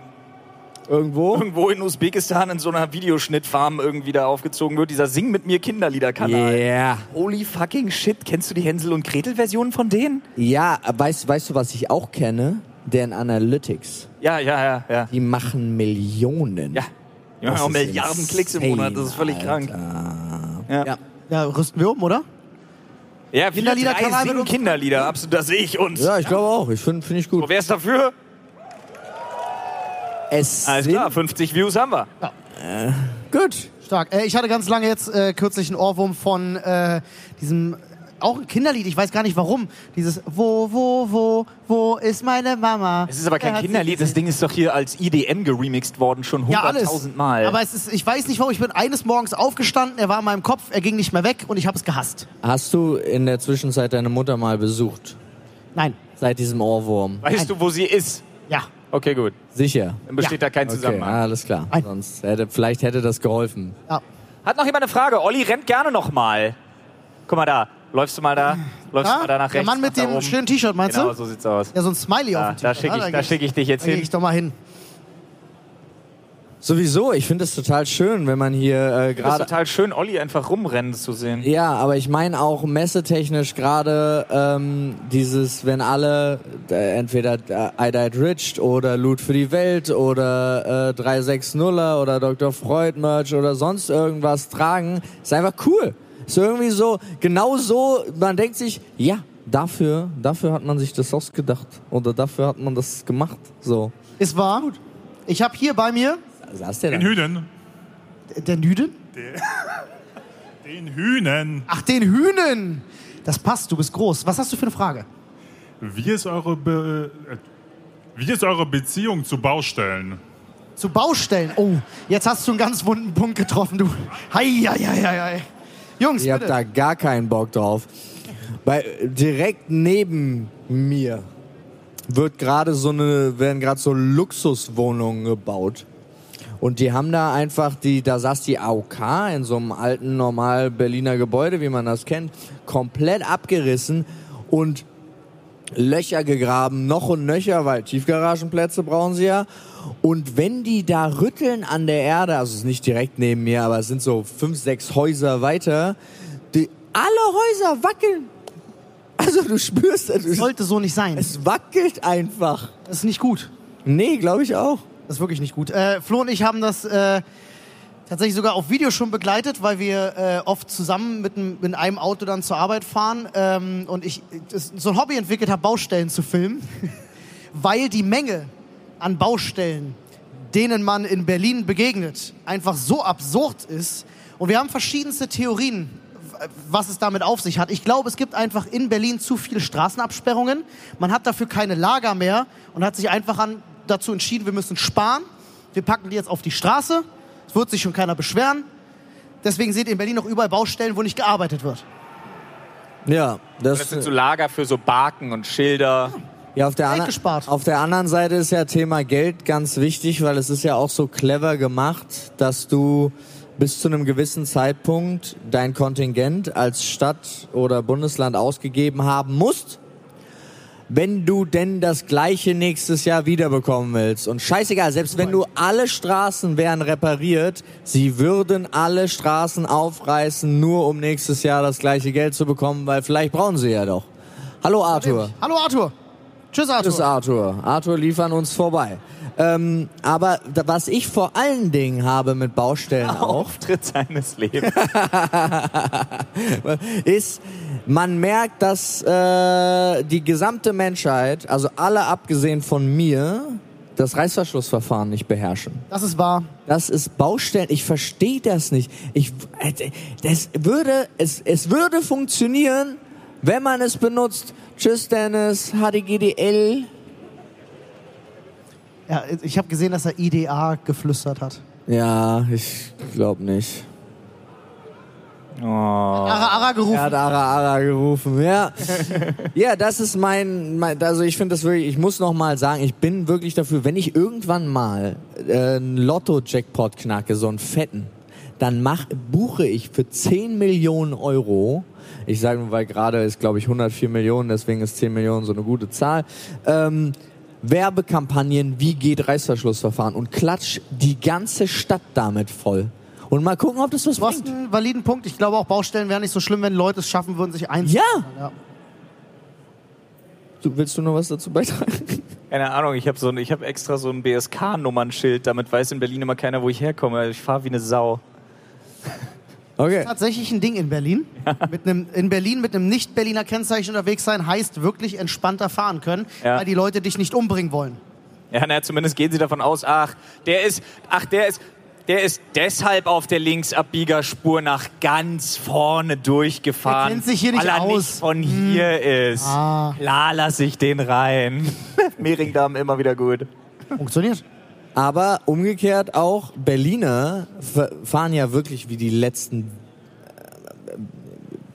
B: Irgendwo?
C: irgendwo in Usbekistan in so einer Videoschnittfarm irgendwie da aufgezogen wird. Dieser Sing mit mir Kinderlieder-Kanal.
B: Yeah.
C: Holy fucking shit. Kennst du die Hänsel und Gretel-Version von denen?
B: Ja, weißt, weißt du, was ich auch kenne? Deren Analytics.
C: Ja, ja, ja, ja.
B: Die machen Millionen.
C: Ja. Die machen
B: Das
C: auch
B: ist
C: Milliarden Klicks im
B: insane,
C: Monat. Das ist völlig krank.
B: Alter.
C: Ja.
B: Ja.
A: Ja, rüsten wir um, oder?
C: Ja,
A: Kinderlieder
C: Kinderlieder
A: kann man
C: drei
A: mit
C: singen
A: uns-
C: Kinderlieder, absolut, da sehe ich uns.
B: Ja, ich glaube auch. Ich finde find ich
C: So,
B: gut.
C: wer ist dafür?
B: Es
C: Alles
B: sind-
C: klar, 50 Views haben wir.
B: Gut.
A: Stark. Äh, ich hatte ganz lange jetzt äh, kürzlich einen Ohrwurm von äh, diesem, auch ein Kinderlied, ich weiß gar nicht warum. Dieses Wo, wo, wo, wo ist meine Mama?
C: Es ist aber
A: Er
C: kein
A: hat sie
C: Kinderlied, das
A: gesehen.
C: Ding ist doch hier als IDM geremixed worden, schon
A: Ja, alles.
C: 100.000 Mal.
A: Aber es ist, ich weiß nicht warum, ich bin eines Morgens aufgestanden, er war in meinem Kopf, er ging nicht mehr weg und ich habe es gehasst.
B: Hast du in der Zwischenzeit deine Mutter mal besucht?
A: Nein.
B: Seit diesem Ohrwurm?
C: weißt du, wo sie ist?
A: Ja.
C: Okay, gut.
B: Sicher.
C: Dann besteht da kein
B: Okay,
C: Zusammenhang.
B: alles klar.
A: Nein.
B: Sonst hätte, vielleicht hätte das geholfen.
A: ja.
C: Hat noch jemand eine Frage? Olli rennt gerne nochmal. Guck mal da. Läufst du mal da? Läufst
A: Ah,
C: du mal da nach rechts?
A: der Mann mit
C: nach
A: dem
C: da oben?
A: schönen T-Shirt, meinst
C: Genau,
A: du?
C: so sieht's aus.
A: Ja, so ein Smiley
C: Da,
A: auf dem
C: da
A: T-shirt.
C: schicke
A: Ah,
C: ich, da
A: geh-
C: schick ich dich
A: da
C: jetzt
A: geh
C: hin.
A: ich doch mal hin.
B: Sowieso, ich finde es total schön, wenn man hier äh,
C: Das ist
B: gerade.
C: total schön, Olli einfach rumrennen zu sehen.
B: Ja, aber ich meine auch messetechnisch gerade ähm, dieses, wenn alle äh, entweder äh, I Died Rich oder Loot für die Welt oder äh, 360er oder Dr. Freud Merch oder sonst irgendwas tragen, ist einfach cool. Ist irgendwie so, genau so, man denkt sich, ja, dafür, dafür hat man sich das ausgedacht oder dafür hat man das gemacht. So.
A: Ist wahr. Ich habe hier bei mir
B: Saß der
L: Den
B: da?
L: Hühnen.
A: der Nüden.
L: Den Hühnen.
A: Ach, den Hühnen. Das passt, du bist groß. Was hast du für eine Frage?
L: Wie ist eure, Be äh, wie ist eure Beziehung zu Baustellen?
A: Zu Baustellen. Oh, jetzt hast du einen ganz wunden Punkt getroffen, du. Hei, hei, hei, hei. Jungs,
B: Ich hab
A: bitte.
B: da gar keinen Bock drauf. Bei, direkt neben mir wird gerade so eine, werden gerade so Luxuswohnungen gebaut. Und die haben da einfach die, da saß die AOK in so einem alten, normal Berliner Gebäude, wie man das kennt, komplett abgerissen und Löcher gegraben, noch und nöcher, weil Tiefgaragenplätze brauchen sie ja. Und wenn die da rütteln an der Erde, also es ist nicht direkt neben mir, aber es sind so fünf, sechs Häuser weiter, die, alle Häuser wackeln. Also du spürst, es,
A: Sollte so nicht sein. Das
B: es wackelt einfach.
A: ist nicht gut.
B: Nee, glaube ich auch.
A: Das ist wirklich nicht gut. Äh, Flo und ich haben das äh, tatsächlich sogar auf Video schon begleitet, weil wir äh, oft zusammen mit, einem- mit einem Auto dann zur Arbeit fahren ähm, und ich das, so ein Hobby entwickelt habe, Baustellen zu filmen, weil die Menge an Baustellen, denen man in Berlin begegnet, einfach so absurd ist. Und wir haben verschiedenste Theorien, w- was es damit auf sich hat. Ich glaube, es gibt einfach in Berlin zu viele Straßenabsperrungen. Man hat dafür keine Lager mehr und hat sich einfach an, dazu entschieden, wir müssen sparen. Wir packen die jetzt auf die Straße. Es wird sich schon keiner beschweren. Deswegen seht ihr in Berlin noch überall Baustellen, wo nicht gearbeitet wird.
B: Ja, das,
C: Das sind so Lager für so Barken und Schilder.
B: Ja, auf der,
A: Geld
B: ander-
A: gespart.
B: auf der anderen Seite ist ja Thema Geld ganz wichtig, weil es ist ja auch so clever gemacht, dass du bis zu einem gewissen Zeitpunkt dein Kontingent als Stadt oder Bundesland ausgegeben haben musst, wenn du denn das gleiche nächstes Jahr wiederbekommen willst. Und scheißegal, selbst wenn du alle Straßen wären repariert, sie würden alle Straßen aufreißen, nur um nächstes Jahr das gleiche Geld zu bekommen, weil vielleicht brauchen sie ja doch. Hallo Arthur.
A: Hallo Arthur. Tschüss Arthur.
B: Tschüss, Arthur. Arthur lief an uns vorbei. Ähm, aber da, was ich vor allen Dingen habe mit Baustellen auch,
C: Auftritt seines Lebens.
B: ist, man merkt, dass äh, die gesamte Menschheit, also alle abgesehen von mir, das Reißverschlussverfahren nicht beherrschen.
A: Das ist wahr.
B: Das ist Baustellen. Ich verstehe das nicht. Ich, äh, das würde, es, es würde funktionieren, wenn man es benutzt. Tschüss, Dennis. HDGDL.
A: Ja, ich habe gesehen, dass er IDA geflüstert hat.
B: Ja, ich glaube nicht. Oh.
A: Ara Ara gerufen.
B: Er hat Ara Ara gerufen, ja. ja, das ist mein, mein also ich finde das wirklich, ich muss noch mal sagen, ich bin wirklich dafür, wenn ich irgendwann mal äh, einen Lotto-Jackpot knacke, so einen fetten, dann mach, buche ich für 10 Millionen Euro, ich sage nur, weil gerade ist, glaube ich, 104 Millionen, deswegen ist 10 Millionen so eine gute Zahl, ähm, Werbekampagnen, wie geht Reißverschlussverfahren und klatsch die ganze Stadt damit voll. Und mal gucken, ob das was
A: Du hast
B: bringt.
A: einen validen Punkt. Ich glaube, auch Baustellen wären nicht so schlimm, wenn Leute es schaffen würden, sich einzuschalten.
B: Ja!
A: Ja.
B: Du, willst du noch was dazu beitragen?
C: Keine Ahnung, ich habe so ein- ich hab extra so ein ne BSK-Nummernschild, damit weiß in Berlin immer keiner, wo ich herkomme. Ich fahre wie eine Sau.
B: Okay.
A: tatsächlich ein Ding in Berlin. Mit einem, in Berlin mit einem nicht-Berliner Kennzeichen unterwegs sein heißt wirklich entspannter fahren können,
C: Ja.
A: weil die Leute dich nicht umbringen wollen.
C: Ja, naja, zumindest gehen sie davon aus, ach, der ist, ach, der ist, der ist deshalb auf der Linksabbiegerspur nach ganz vorne durchgefahren.
A: Er kennt sich hier nicht
C: weil er
A: aus.
C: nicht Hm. von hier ist.
A: Ah.
C: Klar lass ich den rein. Mehringdamm immer wieder gut.
A: Funktioniert.
B: Aber umgekehrt auch Berliner f- fahren ja wirklich wie die letzten äh,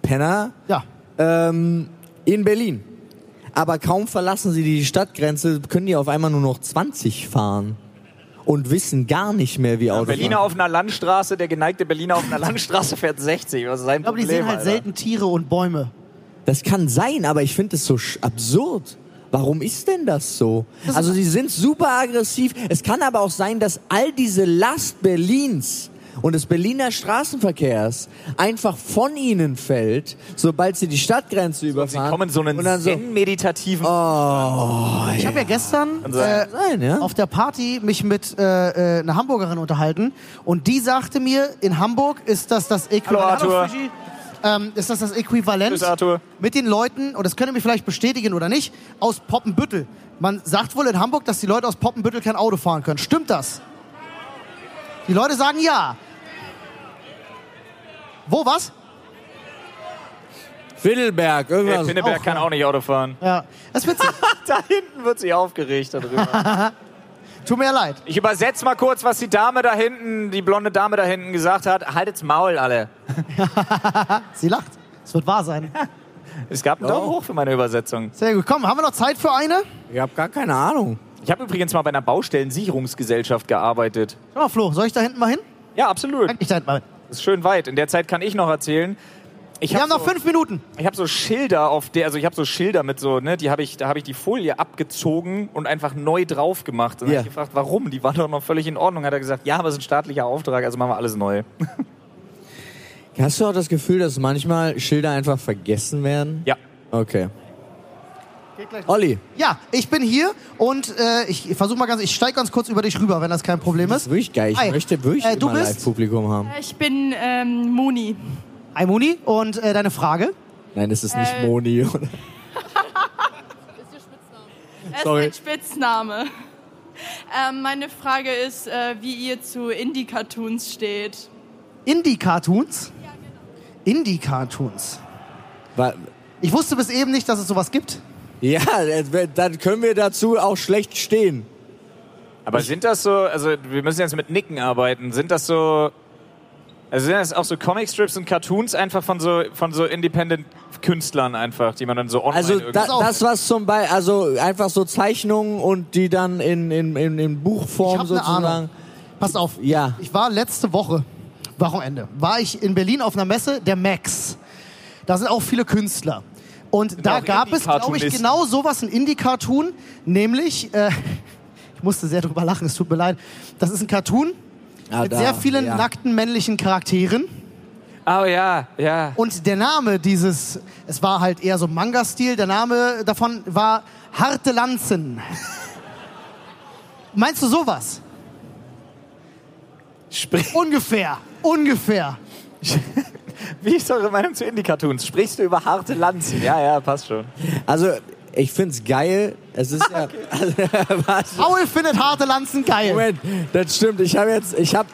B: Penner
A: Ja.
B: ähm, in Berlin. Aber kaum verlassen sie die Stadtgrenze, können die auf einmal nur noch 20 fahren und wissen gar nicht mehr, wie Auto
C: Berliner auf einer Landstraße, der geneigte Berliner auf einer Landstraße fährt 60. Was ist sein
A: Ich glaube, die
C: Problem?
A: sehen halt
C: Alter?
A: selten Tiere und Bäume.
B: Das kann sein, aber ich finde es so sch- absurd. Warum ist denn das so? Also sie sind super aggressiv. Es kann aber auch sein, dass all diese Last Berlins und des Berliner Straßenverkehrs einfach von ihnen fällt, sobald sie die Stadtgrenze
C: Sie
B: überfahren.
C: kommen in so einen
B: und dann so,
C: zen-meditativen
A: Oh. Ich habe ja gestern äh,
B: sein, ja?
A: auf der Party mich mit äh, äh, einer Hamburgerin unterhalten und die sagte mir, in Hamburg ist das das Äquivalent.
C: Hallo, Arthur.
A: Fiji. ähm, ist das das Äquivalent
C: Tschüss, Arthur.
A: mit den Leuten, und das könnt ihr mich vielleicht bestätigen oder nicht, aus Poppenbüttel. Man sagt wohl in Hamburg, dass die Leute aus Poppenbüttel kein Auto fahren können. Stimmt das? Die Leute sagen ja. Wo was?
B: Fiddelberg,
C: Hey,
A: Also
B: irgendwas.
C: Pinneberg kann auch nicht Auto fahren.
A: Ja, das ist witzig.
C: Da hinten wird sie aufgeregt darüber.
A: Tut mir ja leid.
C: ich übersetze mal kurz, was die Dame da hinten, die blonde Dame da hinten gesagt hat. Haltet's Maul, alle.
A: Sie lacht. Es wird wahr sein.
C: Es gab einen Daumen hoch für meine Übersetzung.
A: Sehr gut. Komm, haben wir noch Zeit für eine?
B: ich habe gar keine Ahnung.
C: Ich habe übrigens mal bei einer Baustellensicherungsgesellschaft gearbeitet.
A: Schau mal, Flo, soll ich da hinten mal hin?
C: Ja, absolut.
A: Ich da hinten mal hin.
C: Das ist schön weit. In der Zeit kann ich noch erzählen. Ich
A: Wir
C: hab
A: haben noch
C: so-
A: fünf Minuten.
C: Ich habe so Schilder auf der, also ich habe so Schilder mit so, ne, die habe ich, da habe ich die Folie abgezogen und einfach neu drauf gemacht. Und
B: Ja.
C: hab ich gefragt, warum? Die waren doch noch völlig in Ordnung. Hat er gesagt, ja, aber es ist ein staatlicher Auftrag, also machen wir alles neu.
B: Hast du auch das Gefühl, dass manchmal Schilder einfach vergessen werden?
C: Ja.
B: Okay. Olli,
A: Ja, ich bin hier und äh, ich versuche mal ganz, ich steige ganz kurz über dich rüber, wenn das kein Problem
B: das ist
A: ist.
B: wirklich geil. Ich
A: Hi.
B: möchte wirklich
A: Äh, du
B: immer
A: bist-
B: Live-Publikum haben.
M: Ich bin ähm, Moni.
A: Hi Moni, und äh, deine Frage?
B: Nein, das ist nicht
M: Äh,
B: Moni. Oder?
M: Es ist
B: Sorry.
M: mein Spitzname. Ähm, meine Frage ist, äh, wie ihr zu Indie-Cartoons steht.
A: Indie-Cartoons? genau. Indie-Cartoons.
B: Wa-
A: Ich wusste bis eben nicht, dass es sowas gibt.
B: Ja, das wär- dann können wir dazu auch schlecht stehen.
C: Aber sind das so, also wir müssen jetzt mit Nicken arbeiten, sind das so, also sind das auch so Comicstrips und Cartoons einfach von so, von so Independent-Künstlern einfach, die man dann so online
B: Also da,
C: irgendwie-
B: das, was zum Beispiel, also einfach so Zeichnungen und die dann in, in, in, in
A: Ich
B: Buchform
A: hab ne Ahnung.
B: sozusagen.
A: Pass auf.
B: Ja.
A: Ich war letzte Woche, Wochenende, war ich in Berlin auf einer Messe, der Max. Da sind auch viele Künstler. Und da
C: auch
A: gab es, glaube ich,
C: Indie-Cartoonisten.
A: genau sowas, ein Indie-Cartoon, nämlich, äh, ich musste sehr drüber lachen, es tut mir leid, das ist ein Cartoon
B: Ah,
A: mit
B: da,
A: sehr vielen
B: ja.
A: nackten männlichen Charakteren.
C: Oh ja, ja.
A: Und der Name dieses, es war halt eher so Manga-Stil, der Name davon war Harte Lanzen. Meinst du sowas? Ungefähr, ungefähr.
C: Wie ist eure Meinung zu Indie-Cartoons? Sprichst du über harte Lanzen? Ja, ja, passt schon.
B: Also ich find's geil. Es ist ja. Also, was?
A: Paul findet harte Lanzen geil.
B: Moment, das stimmt. Ich habe jetzt, ich habe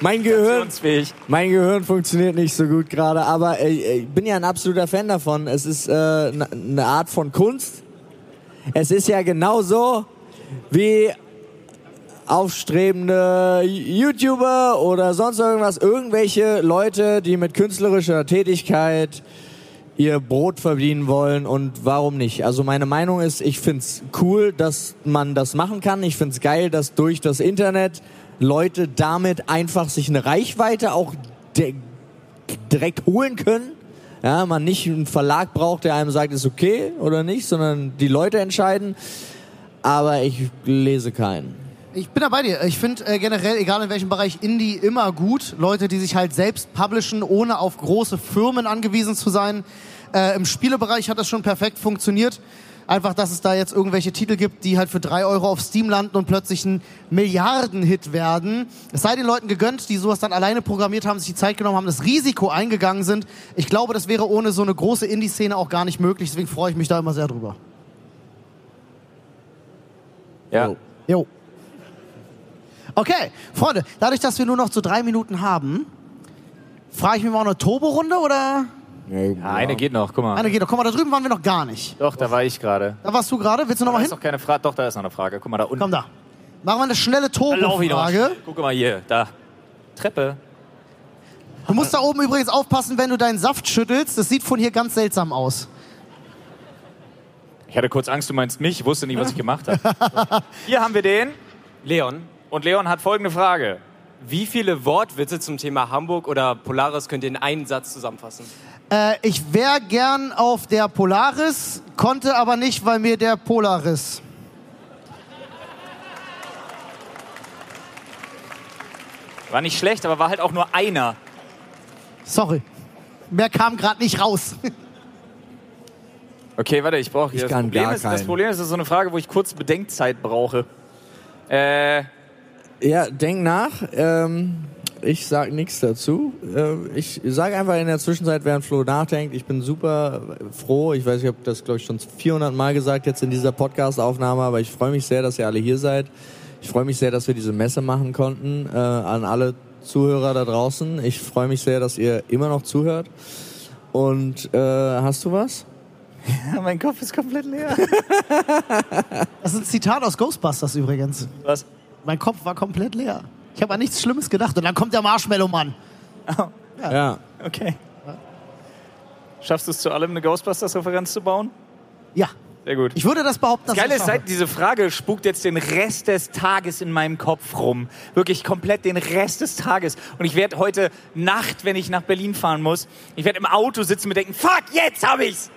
B: mein Gehirn,
C: Funktionsfähig.
B: mein Gehirn funktioniert nicht so gut gerade, aber äh, ich bin ja ein absoluter Fan davon. Es ist äh, eine eine Art von Kunst. Es ist ja genauso wie aufstrebende YouTuber oder sonst irgendwas, irgendwelche Leute, die mit künstlerischer Tätigkeit ihr Brot verdienen wollen und warum nicht? Also meine Meinung ist, ich find's cool, dass man das machen kann. Ich find's geil, dass durch das Internet Leute damit einfach sich eine Reichweite auch de- direkt holen können. Ja, man nicht einen Verlag braucht, der einem sagt, ist okay oder nicht, sondern die Leute entscheiden. Aber ich lese keinen.
A: Ich bin da bei dir. Ich finde äh, generell, egal in welchem Bereich, Indie immer gut. Leute, die sich halt selbst publishen, ohne auf große Firmen angewiesen zu sein. Äh, Im Spielebereich hat das schon perfekt funktioniert. Einfach, dass es da jetzt irgendwelche Titel gibt, die halt für drei Euro auf Steam landen und plötzlich ein Milliardenhit werden. Es sei den Leuten gegönnt, die sowas dann alleine programmiert haben, sich die Zeit genommen haben, das Risiko eingegangen sind. Ich glaube, das wäre ohne so eine große Indie-Szene auch gar nicht möglich. Deswegen freue ich mich da immer sehr drüber.
C: Ja.
A: Jo. Okay, Freunde, dadurch, dass wir nur noch so drei Minuten haben, frage ich mich mal auch eine Turbo-Runde oder?
C: Ja, Genau. eine geht noch, guck mal.
A: Eine geht doch. Guck mal, da drüben waren wir noch gar nicht.
C: Doch, da war ich gerade.
A: Da warst du gerade. Willst du noch
C: Da
A: mal
C: ist
A: hin?
C: noch keine Frage. Doch, da ist noch eine Frage. Guck mal da unten.
A: Komm da. Machen wir eine schnelle
C: Da lauf ich noch mal
A: Turbo-Frage.
C: schnell. Guck mal hier, da. Treppe.
A: Du musst da oben übrigens aufpassen, wenn du deinen Saft schüttelst. Das sieht von hier ganz seltsam aus.
C: Ich hatte kurz Angst, du meinst mich. Ich wusste nicht, was ich gemacht habe. So. Hier haben wir den Leon. Und Leon hat folgende Frage.
N: Wie viele Wortwitze zum Thema Hamburg oder Polaris könnt ihr in einen Satz zusammenfassen?
A: Äh, ich wäre gern auf der Polaris, konnte aber nicht, weil mir der Polaris.
C: War nicht schlecht, aber war halt auch nur einer.
A: Sorry. Mehr kam gerade nicht raus.
C: Okay, warte, ich brauche hier.
B: Ich
C: das,
B: kann
C: Problem
B: gar
C: ist, das
B: keinen.
C: Problem ist, das ist so eine Frage, wo ich kurz Bedenkzeit brauche. Äh,
B: Ja, denk nach. Ähm, ich sag nichts dazu. Ähm, ich sage einfach in der Zwischenzeit, während Flo nachdenkt, ich bin super froh. Ich weiß, ich habe das, glaube ich, schon 400 Mal gesagt jetzt in dieser Podcast-Aufnahme, aber ich freue mich sehr, dass ihr alle hier seid. Ich freue mich sehr, dass wir diese Messe machen konnten. Äh, an alle Zuhörer da draußen. Ich freue mich sehr, dass ihr immer noch zuhört. Und äh, hast du was?
D: mein Kopf ist komplett leer.
A: Das ist ein Zitat aus Ghostbusters übrigens.
C: was?
A: Mein Kopf war komplett leer. Ich habe an nichts Schlimmes gedacht. Und dann kommt der Marshmallow-Mann.
B: ja.
C: Okay. Schaffst du es zu allem, eine Ghostbusters-Referenz zu bauen?
A: Ja,
C: Sehr gut.
A: ich würde das behaupten, dass
C: Das Geile
A: ich
C: ist,
A: schaffe.
C: seit diese Frage spukt jetzt den Rest des Tages in meinem Kopf rum. Wirklich komplett den Rest des Tages. Und ich werde heute Nacht, wenn ich nach Berlin fahren muss, ich werde im Auto sitzen und mir denken, fuck, jetzt hab ich's!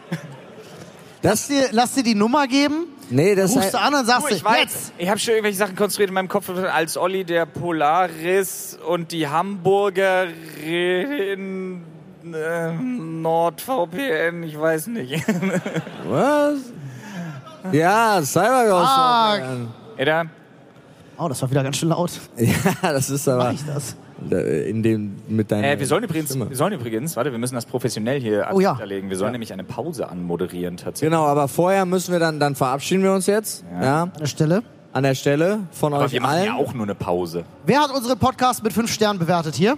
A: Lass dir, lass dir die Nummer geben,
B: Nee, das
A: rufst du an und sagst
C: Du,
A: dir,
C: ich weiß,
A: jetzt!
C: ich habe schon irgendwelche Sachen konstruiert in meinem Kopf, als Olli der Polaris und die Hamburgerin äh, NordVPN, ich weiß nicht.
B: Was? Ja, Cyberghost.
A: Ah.
C: Edda,
A: Oh, das war wieder ganz schön laut.
B: Ja, das ist aber.
A: Mach ich das?
B: Da, In dem, mit deiner
C: äh, wir, sollen übrigens,
B: Stimme.
C: wir sollen übrigens, warte, wir müssen das professionell hier
A: Oh ja.
C: hinterlegen. Wir sollen nämlich eine Pause anmoderieren tatsächlich.
B: Genau, aber vorher müssen wir dann, dann verabschieden wir uns jetzt. Ja.
A: An der Stelle.
B: An der Stelle von
C: Aber
B: euch
C: wir machen
B: allen.
C: ja auch nur eine Pause.
A: Wer hat unseren Podcast mit fünf Sternen bewertet hier?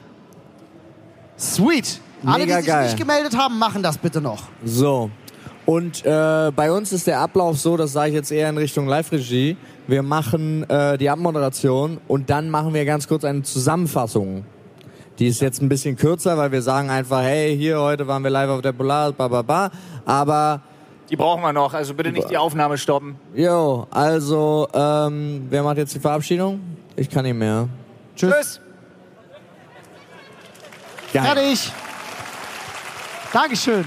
A: Sweet. Alle, die
B: Mega
A: sich
B: geil.
A: nicht gemeldet haben, machen das bitte noch.
B: So. Und äh, bei uns ist der Ablauf so, das sage ich jetzt eher in Richtung Live-Regie. Wir machen äh, die Abmoderation und dann machen wir ganz kurz eine Zusammenfassung. Die ist jetzt ein bisschen kürzer, weil wir sagen einfach, hey, hier heute waren wir live auf der Polar, ba ba ba. Aber
C: Die brauchen wir noch, also bitte nicht die Aufnahme stoppen.
B: jo, also ähm, wer macht jetzt die Verabschiedung? Ich kann nicht mehr.
C: Tschüss.
B: Geil.
A: Fertig. Dankeschön.